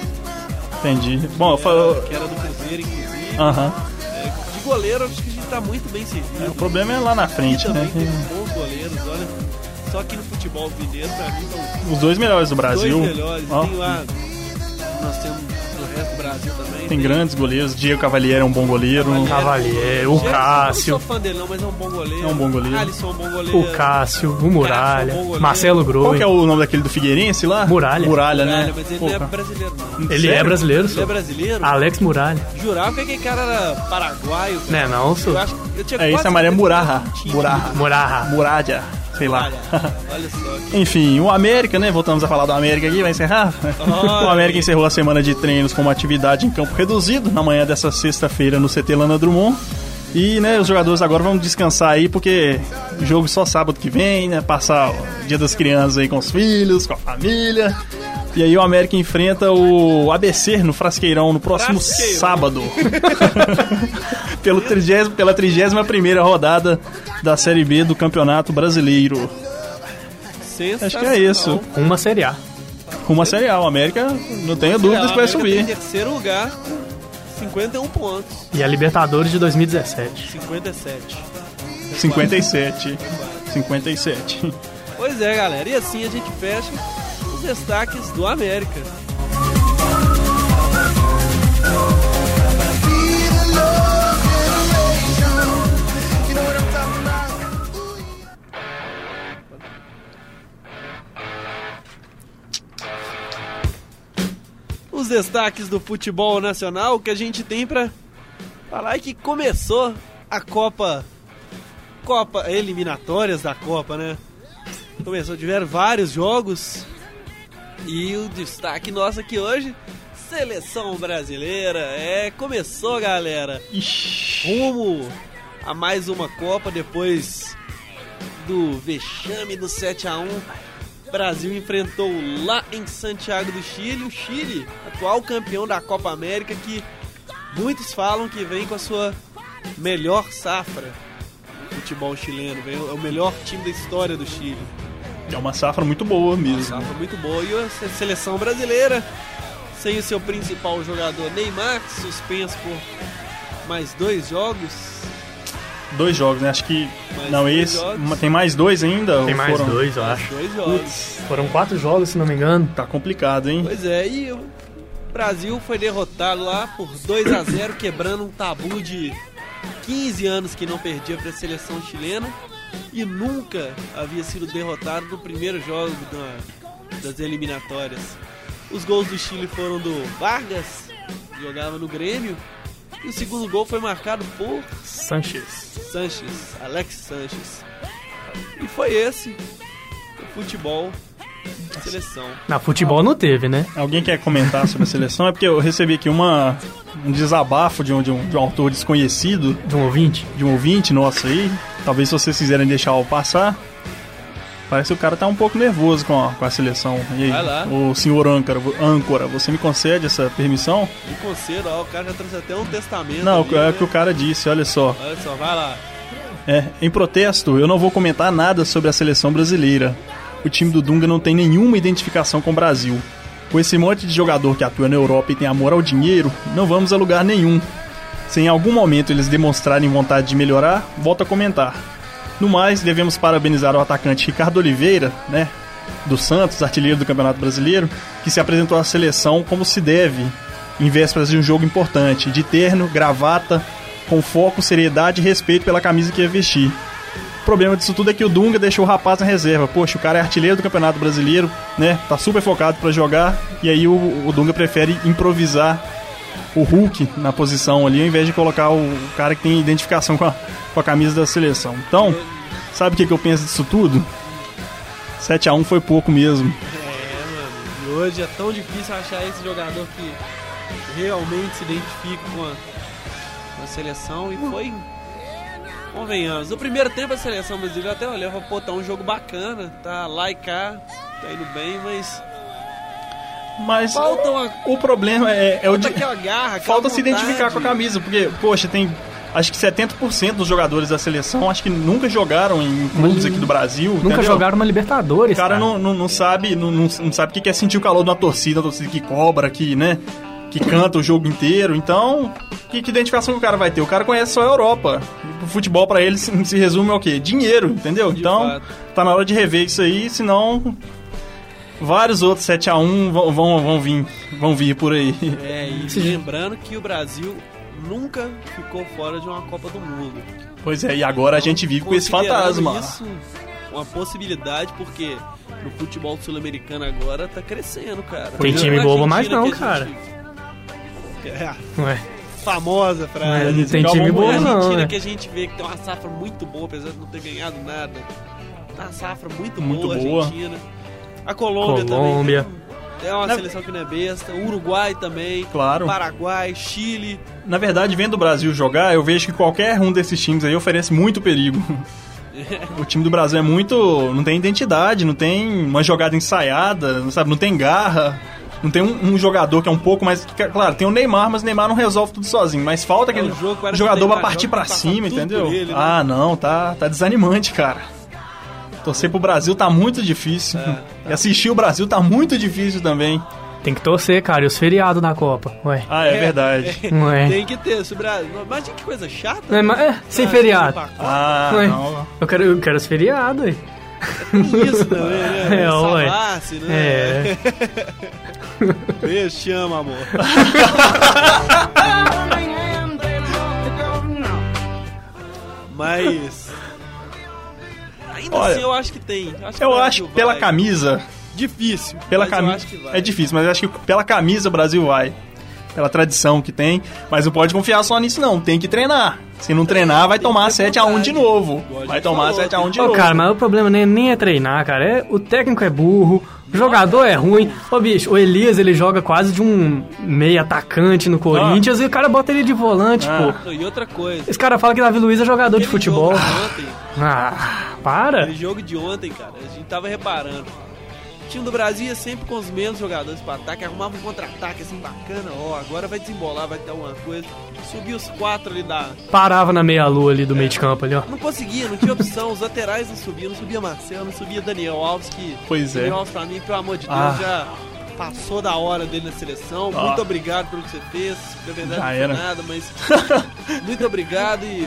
Entendi. Bom, eu era, falo. Ah. que era do Cruzeiro, inclusive. Aham. É, De goleiro, acho que a gente tá muito bem servido. O problema é lá na frente, né? Também tem bons goleiros, olha. Só que no futebol mineiro, pra mim, são Os dois melhores do Brasil. dois melhores. Ó, Tem lá, nós temos no resto do Brasil também. tem grandes goleiros. Diego Cavalieri é um bom goleiro. Cavalier, o Gerson, Eu Cássio, não sou fã dele, não, mas é um bom goleiro. É um bom goleiro. Alisson é um bom goleiro. o Cássio, o Muralha, Cássio, bom goleiro. Marcelo Qual que é Groi. o nome daquele do Figueirense lá? Muralha. Muralha, né? Caralho, Mas ele Pô, não é cara. brasileiro, não. Ele é Sério? brasileiro, Ele é sou. brasileiro? Alex Muralha. Ah. Jurava que aquele cara era paraguaio. velho. Né, não, sou. Eu acho que eu tinha É, isso quase é Maria certeza Murarra. que um tinha. Murarra. Muralha. Muralha. Sei lá. Olha, olha só. Enfim, o América, né? Voltamos a falar do América aqui, vai encerrar. Olha. o América encerrou a semana de treinos com uma atividade em campo reduzido na manhã dessa sexta-feira no CT Lana Drummond. E, né, os jogadores agora vão descansar aí, porque o jogo só sábado que vem, né? Passar o dia das crianças aí com os filhos, com a família. E aí o América enfrenta o ABC no Frasqueirão no próximo Frasqueirão. sábado. Pelo 30, pela 31ª rodada da Série B do Campeonato Brasileiro. Acho que é isso. Uma Série A. Com uma Série A, o América, não tenho Dúvidas dúvidas que vai Em subir. terceiro lugar, 51 pontos. E a Libertadores de 2017. 57. 57. 57. Pois é, galera. E assim a gente fecha os destaques do América. Os destaques do futebol nacional que a gente tem pra falar é que começou a Copa. Copa, eliminatórias da Copa, né? Começou, tiveram vários jogos. E o destaque nosso aqui hoje, seleção brasileira. É, começou, galera. Rumo a mais uma Copa depois do vexame do 7 a 1 Brasil enfrentou lá em Santiago do Chile, o Chile, atual campeão da Copa América, que muitos falam que vem com a sua melhor safra do futebol chileno, vem- é o melhor time da história do Chile. É uma safra muito boa mesmo. Safra muito boa. E a se- seleção brasileira, sem o seu principal jogador Neymar, suspenso por mais dois jogos. Dois jogos, né? Acho que. Mais não, dois esse. jogos. uma- tem mais dois ainda? Tem ou mais foram? dois, eu Mais acho. Dois jogos. Foram quatro jogos, se não me engano. Tá complicado, hein? Pois é, e o Brasil foi derrotado lá por 2 a 0 quebrando um tabu de 15 anos que não perdia para a seleção chilena. e nunca havia sido derrotado no primeiro jogo da- das eliminatórias. Os gols do Chile foram do Vargas, que jogava no Grêmio, e o segundo gol foi marcado por Sanchez. Sanches, Alex Sanches. E foi esse o futebol da seleção. Na futebol não teve, né? Alguém quer comentar sobre a seleção? É porque eu recebi aqui uma, um desabafo de um, de, um, de um autor desconhecido, De um ouvinte. de um ouvinte nosso aí. Talvez se vocês quiserem deixar eu passar. Parece que o cara tá um pouco nervoso com a, com a seleção. E aí, Vai lá. o senhor âncora, vo- âncora, você me concede essa permissão? E conselho, ó, o cara já trouxe até um testamento. Não, ali, é né? o que o cara disse, olha só. Olha só, vai lá. É, em protesto, eu não vou comentar nada sobre a seleção brasileira. O time do Dunga não tem nenhuma identificação com o Brasil. Com esse monte de jogador que atua na Europa e tem amor ao dinheiro, não vamos a lugar nenhum. Se em algum momento eles demonstrarem vontade de melhorar, volto a comentar. No mais, devemos parabenizar o atacante Ricardo Oliveira, né? Do Santos, artilheiro do Campeonato Brasileiro, que se apresentou à seleção como se deve, em vésperas de um jogo importante, de terno, gravata, com foco, seriedade e respeito pela camisa que ia vestir. O problema disso tudo é que o Dunga deixou o rapaz na reserva. Poxa, o cara é artilheiro do Campeonato Brasileiro, né? Tá super focado pra jogar, e aí o, o Dunga prefere improvisar o Hulk na posição ali, ao invés de colocar o, o cara que tem identificação com a, com a camisa da seleção. Então, sabe o que, que eu penso disso tudo? 7 a 1 foi pouco mesmo. É, mano. E hoje é tão difícil achar esse jogador que realmente se identifica com a, com a seleção. E foi. Convenhamos. No primeiro tempo a seleção brasileira até olhava, pô, tá um jogo bacana. Tá lá e cá, tá indo bem, mas. Mas Falta uma. o problema é, é o Falta de- tá aquela garra, aquela falta se vontade. identificar com a camisa, porque, poxa, tem acho que 70% dos jogadores da seleção acho que nunca jogaram em clubes aqui do Brasil. Nunca entendeu? jogaram uma O Libertadores. cara não, não, não sabe, não, não, não sabe o que que é sentir o calor de uma torcida, uma torcida que cobra, que, né? Que canta o jogo inteiro. Então, que, que identificação que o cara vai ter? O cara conhece só a Europa. E o futebol pra ele se, se resume ao quê? Dinheiro, entendeu? De então, fato. tá na hora de rever isso aí, senão. Vários outros 7x1 vão, vão, vão vir, vão vir por aí. É, e lembrando que o Brasil nunca ficou fora de uma Copa do Mundo. Pois é, e agora a gente vive com esse Considerando fantasma. Isso, uma possibilidade, porque no futebol sul-americano agora tá crescendo, cara. Tem time Na bobo Argentina mais não, que a cara. gente- É, a Ué, famosa frase. não tem Calma, Na time bom, mulher, não. Argentina né? que a gente vê que tem uma safra muito boa, apesar de não ter ganhado nada. Tá uma safra muito, Muito boa, boa. a Argentina. A Colômbia, Colômbia. também. É uma seleção que não é besta. O Uruguai também. Claro. Paraguai, Chile. Na verdade, vendo o Brasil jogar, eu vejo que qualquer um desses times aí oferece muito perigo. O time do Brasil é muito. não tem identidade, não tem uma jogada ensaiada, não sabe, não tem garra. Não tem um, um jogador que é um pouco mais. que, claro, tem o Neymar, mas o Neymar não resolve tudo sozinho. Mas falta aquele É, o jogo parece que jogador o pra Neymar partir joga pra e passa cima, tudo entendeu? por ele, né? Ah, não, tá, tá desanimante, cara. Torcer pro Brasil tá muito difícil. É, E assistir o Brasil tá muito difícil também. Tem que torcer, cara. E os feriados na Copa. Ué. Ah, é, verdade. Ué. Tem que ter. Sobre a... Imagina que coisa chata. É, mas- é, sem feriado. Ah, Ué. não. Eu quero, eu quero os feriados, ué. Isso também, né? É, ué. Savassi, né? É. Beijo, te amo, amor. Mas. Ainda Olha, assim, eu acho que tem. Eu acho que, o Eu Brasil acho que pela vai. camisa. Difícil. Pela mas eu camisa. acho que vai. É difícil, mas eu acho que pela camisa o Brasil vai. Pela tradição que tem. Mas não pode confiar só nisso, não. Tem que treinar. Se não treinar, Tem vai que tomar ter 7x1 vontade. de novo. Igual a Vai gente tomar falou, 7x1 de Ô, novo. cara, mas o problema nem é, nem é treinar, cara. É, o técnico é burro, o jogador é ruim. Ô, bicho, o Elias, ele joga quase de um meio atacante no Corinthians e o cara bota ele de volante, Ah. pô. Não, E outra coisa. Esse cara fala que Davi Luiz é jogador de aquele futebol. Jogo de ontem, Ah, para. aquele jogo de ontem, cara, a gente tava reparando. O time do Brasil ia sempre com os mesmos jogadores pra ataque, arrumava um contra-ataque assim bacana, ó, agora vai desembolar, vai ter alguma coisa. Subiu os quatro ali da, Parava na meia-lua ali do meio de campo ali, ó. Não conseguia, não tinha opção. Os laterais não subiam, não subia Marcelo, não subia Daniel Alves, que. Pois é. Daniel Alves, pra mim, pelo amor de Deus, Ah. já passou da hora dele na seleção. Ah. Muito obrigado pelo que você fez. Na verdade, Já não foi era. nada, mas. muito obrigado e.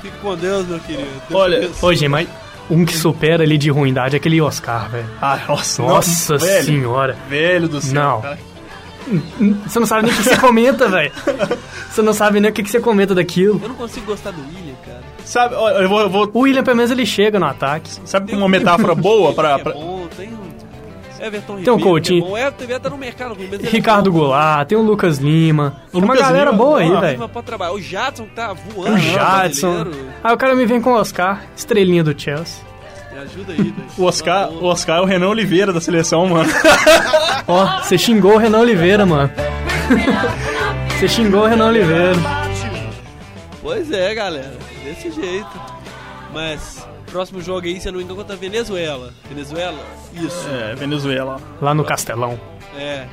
Fique com Deus, meu querido. Deus Olha, abençoe. Ô, gente, mas um que supera ali de ruindade é aquele Oscar, velho. Ah, nossa, Nossa não, velho, senhora. Velho do céu. Não. cara. Você não sabe nem o que você comenta, velho. Você não sabe nem o que que você comenta daquilo. Eu não consigo gostar do William, cara. Sabe, ó, eu vou. eu vou- O William, pelo menos, ele chega no ataque. sabe uma metáfora boa pra. É pra- bom, tem um Everton Tem um Ribeiro, que Coutinho. É bom. O Everton Ribeiro tá no mercado ruim. mas ele é Ricardo bom. Goulart, tem o Lucas Lima. tem uma Lucas galera Lima, boa aí, ah, Lima velho. pra trabalhar. O Jadson tá voando. O né, Jadson. brasileiro. Aí o cara me vem com o Oscar, estrelinha do Chelsea. Me ajuda aí, velho. O Oscar, o Oscar é o Renan Oliveira da seleção, mano. Ó, você xingou o Renan Oliveira, mano. Você xingou o Renan Oliveira. Pois é, galera. Desse jeito. Mas, próximo jogo aí, se eu não me engano, contra a Venezuela. Venezuela? Isso. É, Venezuela. Lá no Castelão. É.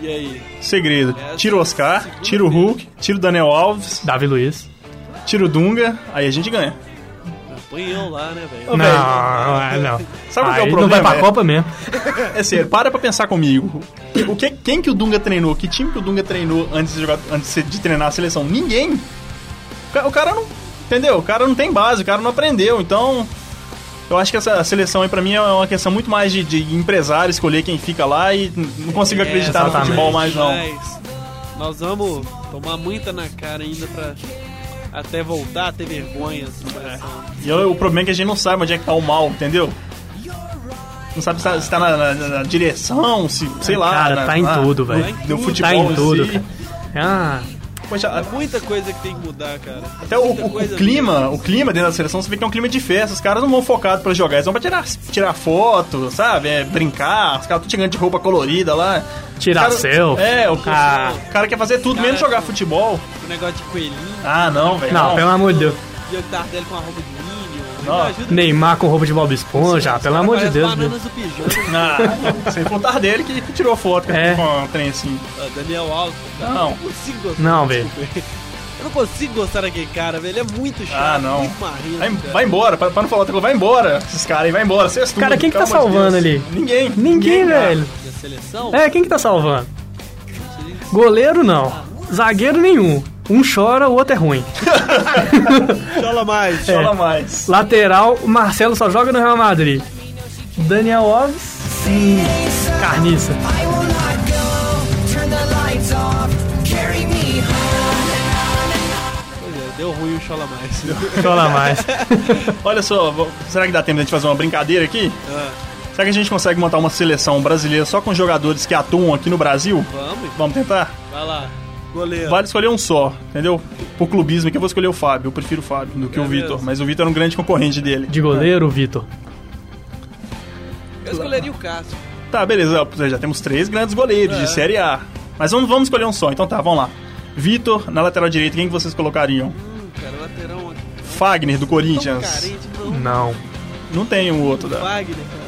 E aí? Segredo. É, Tira o Oscar, tira o Hulk, tira o Daniel Alves, Davi Luiz. tira o Dunga, aí a gente ganha. Apanhão lá, né, velho? Ô, Não, velho, não, não. Sabe qual que é o Aí problema, Não vai pra velho? Copa mesmo. É sério, para pra pensar comigo. O que, quem que o Dunga treinou? Que time que o Dunga treinou antes de, jogar, antes de treinar a seleção? Ninguém. O ca- O cara não. Entendeu? O cara não tem base, o cara não aprendeu. Então. Eu acho que essa seleção aí pra mim é uma questão muito mais de, de empresário escolher quem fica lá e n- não consigo acreditar no É, exatamente. futebol mais não. Mas nós vamos tomar muita na cara ainda pra até voltar a ter vergonha. Assim, dessa- E eu- o problema é que a gente não sabe onde é que tá o mal, entendeu? Não sabe se tá, se tá na, na- na direção, se sei lá. Cara, na- tá em na- tudo, velho. no- Tá em No tudo. futebol Tá em si. tudo, cara. Ah, Poxa, a- É muita coisa que tem que mudar, cara. Até Então, o, Muita o- o coisa clima, mesmo. o clima dentro da seleção, você vê que é um clima de festa. Os caras não vão focados pra jogar, eles vão pra tirar, tirar foto, sabe? É, brincar, os caras tudo chegando de roupa colorida lá. Tirar Os caras- selfie. É, o, Ah. o cara quer fazer tudo, menos jogar futebol. O negócio de coelhinho, Ah, não, velho. não, pelo amor de Deus. e o Tardelli com a roupa de milho. Não. ajuda. Neymar com roupa de Bob Esponja, pelo amor de Parece Deus. velho. Bananas do pijama. Ah, sem contar dele que, que tirou foto É. com um trem assim. Ah, Daniel Alves, cara. Não. Eu não consigo gostar. Não, velho. Eu não consigo gostar daquele cara, velho. Ele é muito chato, Ah, não. muito marrento. Vai, cara. vai embora, pra, pra não falar outra coisa, vai embora. Esses caras aí, vai embora. Vocês tudo, Cara, quem que pelo tá amor de salvando Deus. ali? Ninguém. Ninguém, cara. velho. E a seleção? É, quem que tá salvando? Goleiro não. Zagueiro nenhum. Um chora, o outro é ruim. Fala mais. Fala É. mais. Lateral, o Marcelo só joga no Real Madrid. Daniel Alves, sim. Carniça. I will not go. Turn the lights off. Carry me home. Pois é, deu ruim o Chola mais. Fala mais. Olha só, vo- será que dá tempo de a gente fazer uma brincadeira aqui? Ah, Será que a gente consegue montar uma seleção brasileira só com jogadores que atuam aqui no Brasil? vamos, Vamos tentar? vai lá. Goleiro. Vale escolher um só, entendeu? Por clubismo aqui eu vou escolher o Fábio. Eu prefiro o Fábio do que o É Vitor. mesmo. Mas o Vitor era um grande concorrente dele. De goleiro, Vitor. Eu escolheria o Cássio. Tá, beleza. Ou seja, Já temos três grandes goleiros É. de Série A. Mas vamos, vamos escolher um só. Então tá, vamos lá. Vitor, na lateral direita, quem que vocês colocariam? Hum, cara, lateral aqui. Fagner, do Tão Corinthians. carente, não. Não. Não tem o outro. né? Da... Wagner, cara.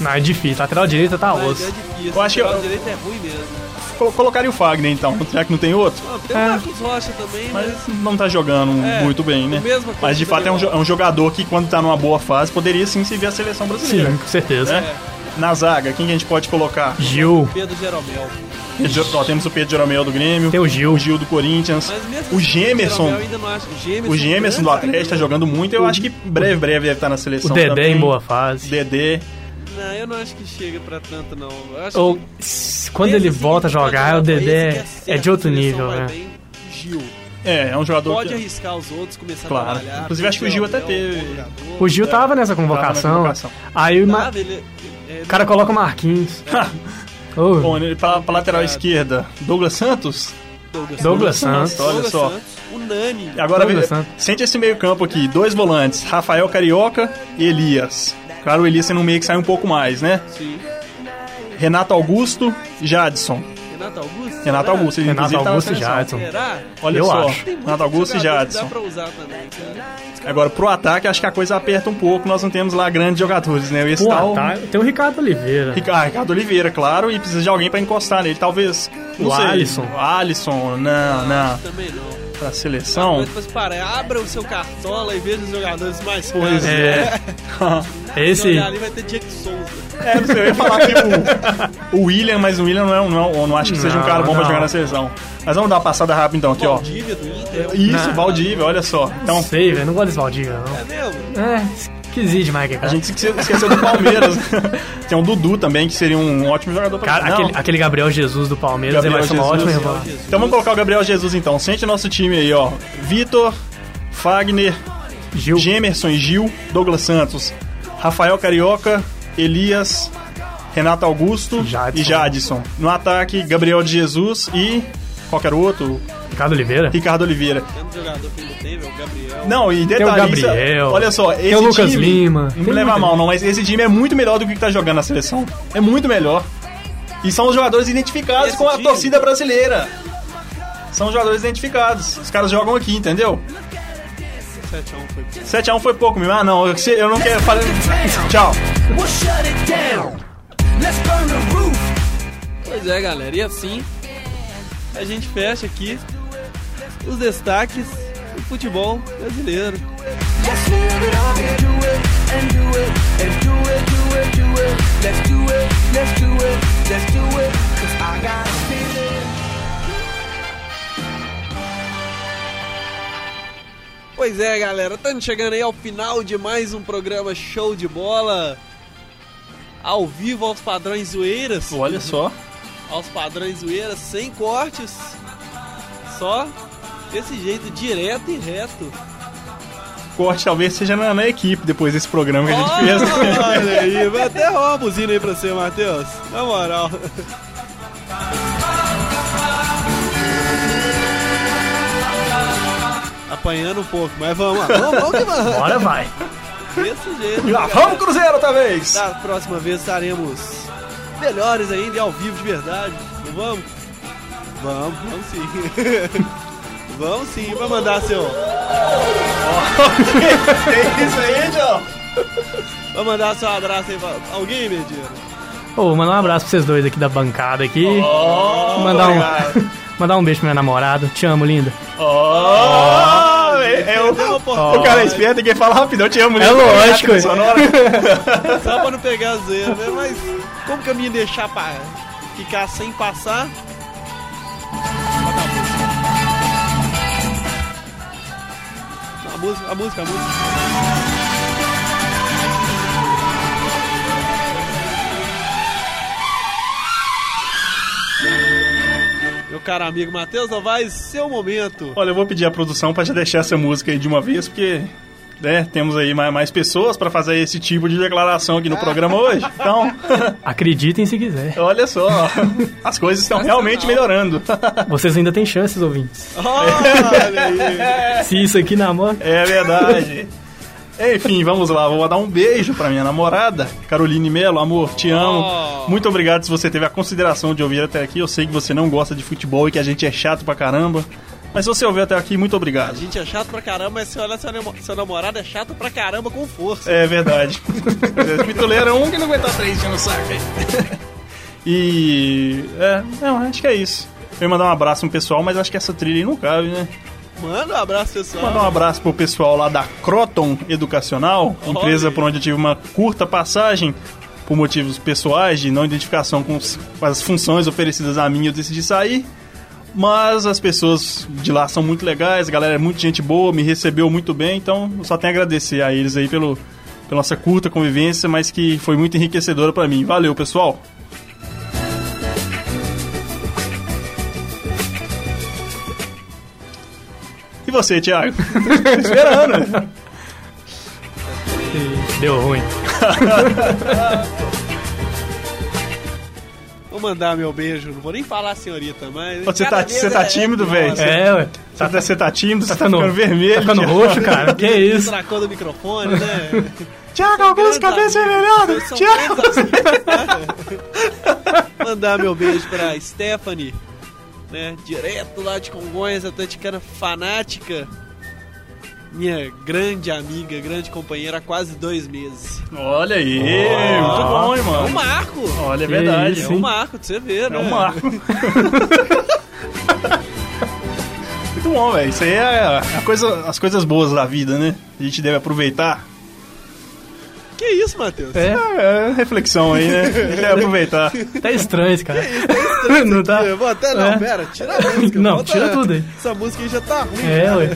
Não, é difícil. Lateral direita tá Mas é osso. difícil. Ah, Eu acho que O lateral eu- direito é ruim mesmo. Col- Colocaria o Fagner, então. Será que não tem outro? Ah, tem É. o Marcos Rocha também, né? mas... Mas não tá jogando É, muito bem, né? a mesma coisa Mas de que fato é um, jo- Daniel. é um jogador que, quando tá numa boa fase, poderia sim servir a seleção brasileira. Sim, com certeza. Né? É. Na zaga, quem que a gente pode colocar? Gil. Pedro Jeromel. Pedro- ó, temos o Pedro Jeromel do Grêmio, Tem o Gil. o Gil do Corinthians, Mas mesmo o assim, Jeromel Gemerson. ainda não acho. O Gemerson, O Gemerson do grande Atlético tá zagueiro. jogando muito, eu acho que breve, breve deve estar na O seleção. Dedé também. em boa fase. Dedé. Não, eu não acho que chega pra tanto, não. Eu acho Ou que s- quando esse ele sim volta a que assim, pode jogar, é o pra esse que Dedé certo, é de outro a seleção nível, vai né? bem. Gil. É, é um jogador Pode que- arriscar os outros, começar Claro. a trabalhar. Inclusive, acho que o Gil até Jeromel, teve- bom jogador. O Gil tava nessa Tava convocação. na convocação. Aí o ma- Sabe, ele- é, o cara coloca o Marquinhos. Ô, Bom, ele pra, pra É. lateral esquerda, Douglas Santos. Douglas, é Douglas Santos. olha Douglas só. É. Santos, o Nani. E Agora Douglas vem- Santos. sente esse meio campo aqui, dois volantes, Rafael Carioca e Elias. Claro, o Elias tem no meio que sai um pouco mais, né? Sim. Renato Augusto, Jadson. Renato Augusto. Renato será? Augusto, ele Renato inclusive tá na Augusto e seleção. Jadson. Será? Olha Eu só, acho. Tem muito Renato Augusto e jogador que Dá Jadson. pra usar também, cara. Agora, pro ataque, acho que a coisa aperta um pouco, nós não temos lá grandes jogadores, né? Esse pô, tal, tá- tem o Ricardo Oliveira. Rica- ah, Ricardo Oliveira, claro, e precisa de alguém pra encostar nele, talvez. Não O sei. Alisson. O Alisson, não, não. Também não. Pra seleção. Mas depois para, abra o seu cartola e veja os jogadores mais Pois caros. É. Se Esse. olhar ali vai ter Diego Souza. É, não sei, eu ia falar que o, o William, mas o William não, é um, não, é um- não acho que seja um Não, cara bom pra não. jogar na seleção. Mas vamos dar uma passada rápida então aqui, ó. Valdívia do Inter. é Isso, Não. Valdívia, olha só. Não Então, sei, velho. Não gosto desse Valdívia, não. É mesmo? É, esquisito demais aquele a cara. gente esque- esqueceu do Palmeiras. Tem o Dudu também, que seria um ótimo jogador pra Cara, Não, aquele, aquele Gabriel Jesus do Palmeiras, Gabriel ele vai ser uma Jesus. ótima revanche. Então vamos colocar o Gabriel Jesus então. Sente nosso time aí, ó. Vitor, Fagner, Gil. Gemerson e Gil, Douglas Santos, Rafael Carioca, Elias, Renato Augusto Jadson. e Jadson. No ataque, Gabriel de Jesus e qualquer outro, Ricardo Oliveira. Ricardo Oliveira. Tem um jogador que não teve, é o Gabriel. Não, e o detalhe, isso é- Gabriel, olha só, esse tem o Lucas time, Lima, não me tem leva a muita mal não, mas esse time é muito melhor do que tá jogando na seleção. É muito melhor. E são os jogadores identificados Esse com a time- torcida brasileira. São os jogadores identificados. Os caras jogam aqui, entendeu? 7x1 foi 7x1 foi pouco mesmo. Ah, não, eu, eu não quero falar. Tchau. We'll shut it down. Let's burn the roof. Pois é, galera. E assim, a gente fecha aqui os destaques do futebol brasileiro. Let's live it up and do it and do it and do it, do it, do it. Let's do it, let's do it, let's do it. Cause I got a feeling. Pois é, galera. Estamos chegando aí ao final de mais um programa show de bola. Ao vivo aos padrões zoeiras. Olha só. Aos padrões zoeiras, sem cortes. Só desse jeito, direto e reto. Corte talvez seja na, na equipe depois desse programa que a gente fez. Olha aí, vai até rolar uma buzina aí pra você, Matheus. Na moral. Apanhando um pouco, mas vamos lá. Vamos, vamos que vamos. Bora vai. Desse jeito. Lá galera. vamos, Cruzeiro, talvez! Da próxima vez estaremos melhores ainda e ao vivo de verdade. Não vamos? Vamos, vamos sim. vamos sim, vai mandar seu. É isso aí, João! Vai mandar seu abraço aí pra alguém, Medina. Ô, mandar um abraço pra vocês dois aqui da bancada aqui. mandar, um, mandar um beijo pra minha namorada. Te amo, linda. Oh, é, é o, Perdeu a o cara é oportunidade. esperto e quer falar rápido, eu te amo. É né? lógico. Sonora. Só pra não pegar zero, né? Mas como que eu me ia deixar pra ficar sem passar? Bota A música, a música, a música. Meu caro amigo Matheus Novaes, seu momento. Olha, eu vou pedir à produção pra já deixar essa música aí de uma vez, porque... né, temos aí mais, mais pessoas pra fazer esse tipo de declaração aqui no programa hoje. Então, Acreditem se quiser. olha só, as coisas estão realmente melhorando. Vocês ainda têm chances, ouvintes. Olha aí. Se isso aqui namora. É verdade. Enfim, vamos lá. Vou dar um beijo pra minha namorada, Caroline Melo. Amor, te amo. Oh. Muito obrigado se você teve a consideração de ouvir até aqui. Eu sei que você não gosta de futebol e que a gente é chato pra caramba. Mas se você ouviu até aqui, muito A obrigado. gente é chato pra caramba, mas se olhar seu, namo- seu namorado é chato pra caramba com força. É verdade. Pituleiro é um que não aguentou três dias no saco. hein? E. É, não, acho que é isso. Eu ia mandar um abraço pro pessoal, mas acho que essa trilha aí não cabe, né? Manda um abraço, pessoal. Mandar um abraço pro pessoal lá da Croton Educacional, empresa por onde eu tive uma curta passagem por motivos pessoais de não identificação com, os- com as funções oferecidas a mim, eu decidi sair. Mas as pessoas de lá são muito legais, a galera é muito gente boa, me recebeu muito bem, então eu só tenho a agradecer a eles aí pelo, pela nossa curta convivência, mas que foi muito enriquecedora pra mim. Valeu, pessoal! E você, Thiago? Tô esperando! Deu ruim. Vou mandar meu beijo, não vou nem falar a senhorita, mas. Você Cada tá- vez você tá é- tímido, velho? Nossa, É, ué. Você tá, você tá tímido, você tá, ficando- ficando vermelho. Tá ficando Thiago. roxo, cara. Que isso? Tracou do microfone, né? Thiago, alguns cabeças envermelhadas. São Thiago. tantos assuntos, né? Mandar meu beijo pra Stephanie, né? Direto lá de Congonhas, atleticana fanática. Minha grande amiga, grande companheira há quase dois meses. Olha aí, muito bom, É um irmão. marco! Olha, é Que verdade. É isso, um hein? marco, pra você ver, É né? um marco. muito bom, velho. Isso aí é a coisa, as coisas boas da vida, né? A gente deve aproveitar. Que isso, Matheus? É, É, é reflexão aí, né? A gente deve aproveitar. tá estranho esse cara. Não tá? Eu vou até não, É. pera, tira a música. Não, volta- tira tudo aí. Essa música aí já tá ruim. É, ué.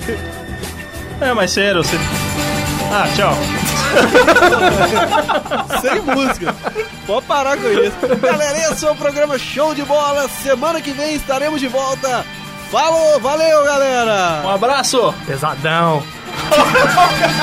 É, mas sério, você... Ah, tchau. sem música. Pode parar com isso. Galera, esse é o programa Show de Bola. Semana que vem estaremos de volta. Falou, valeu, galera! Um abraço. Pesadão. Let's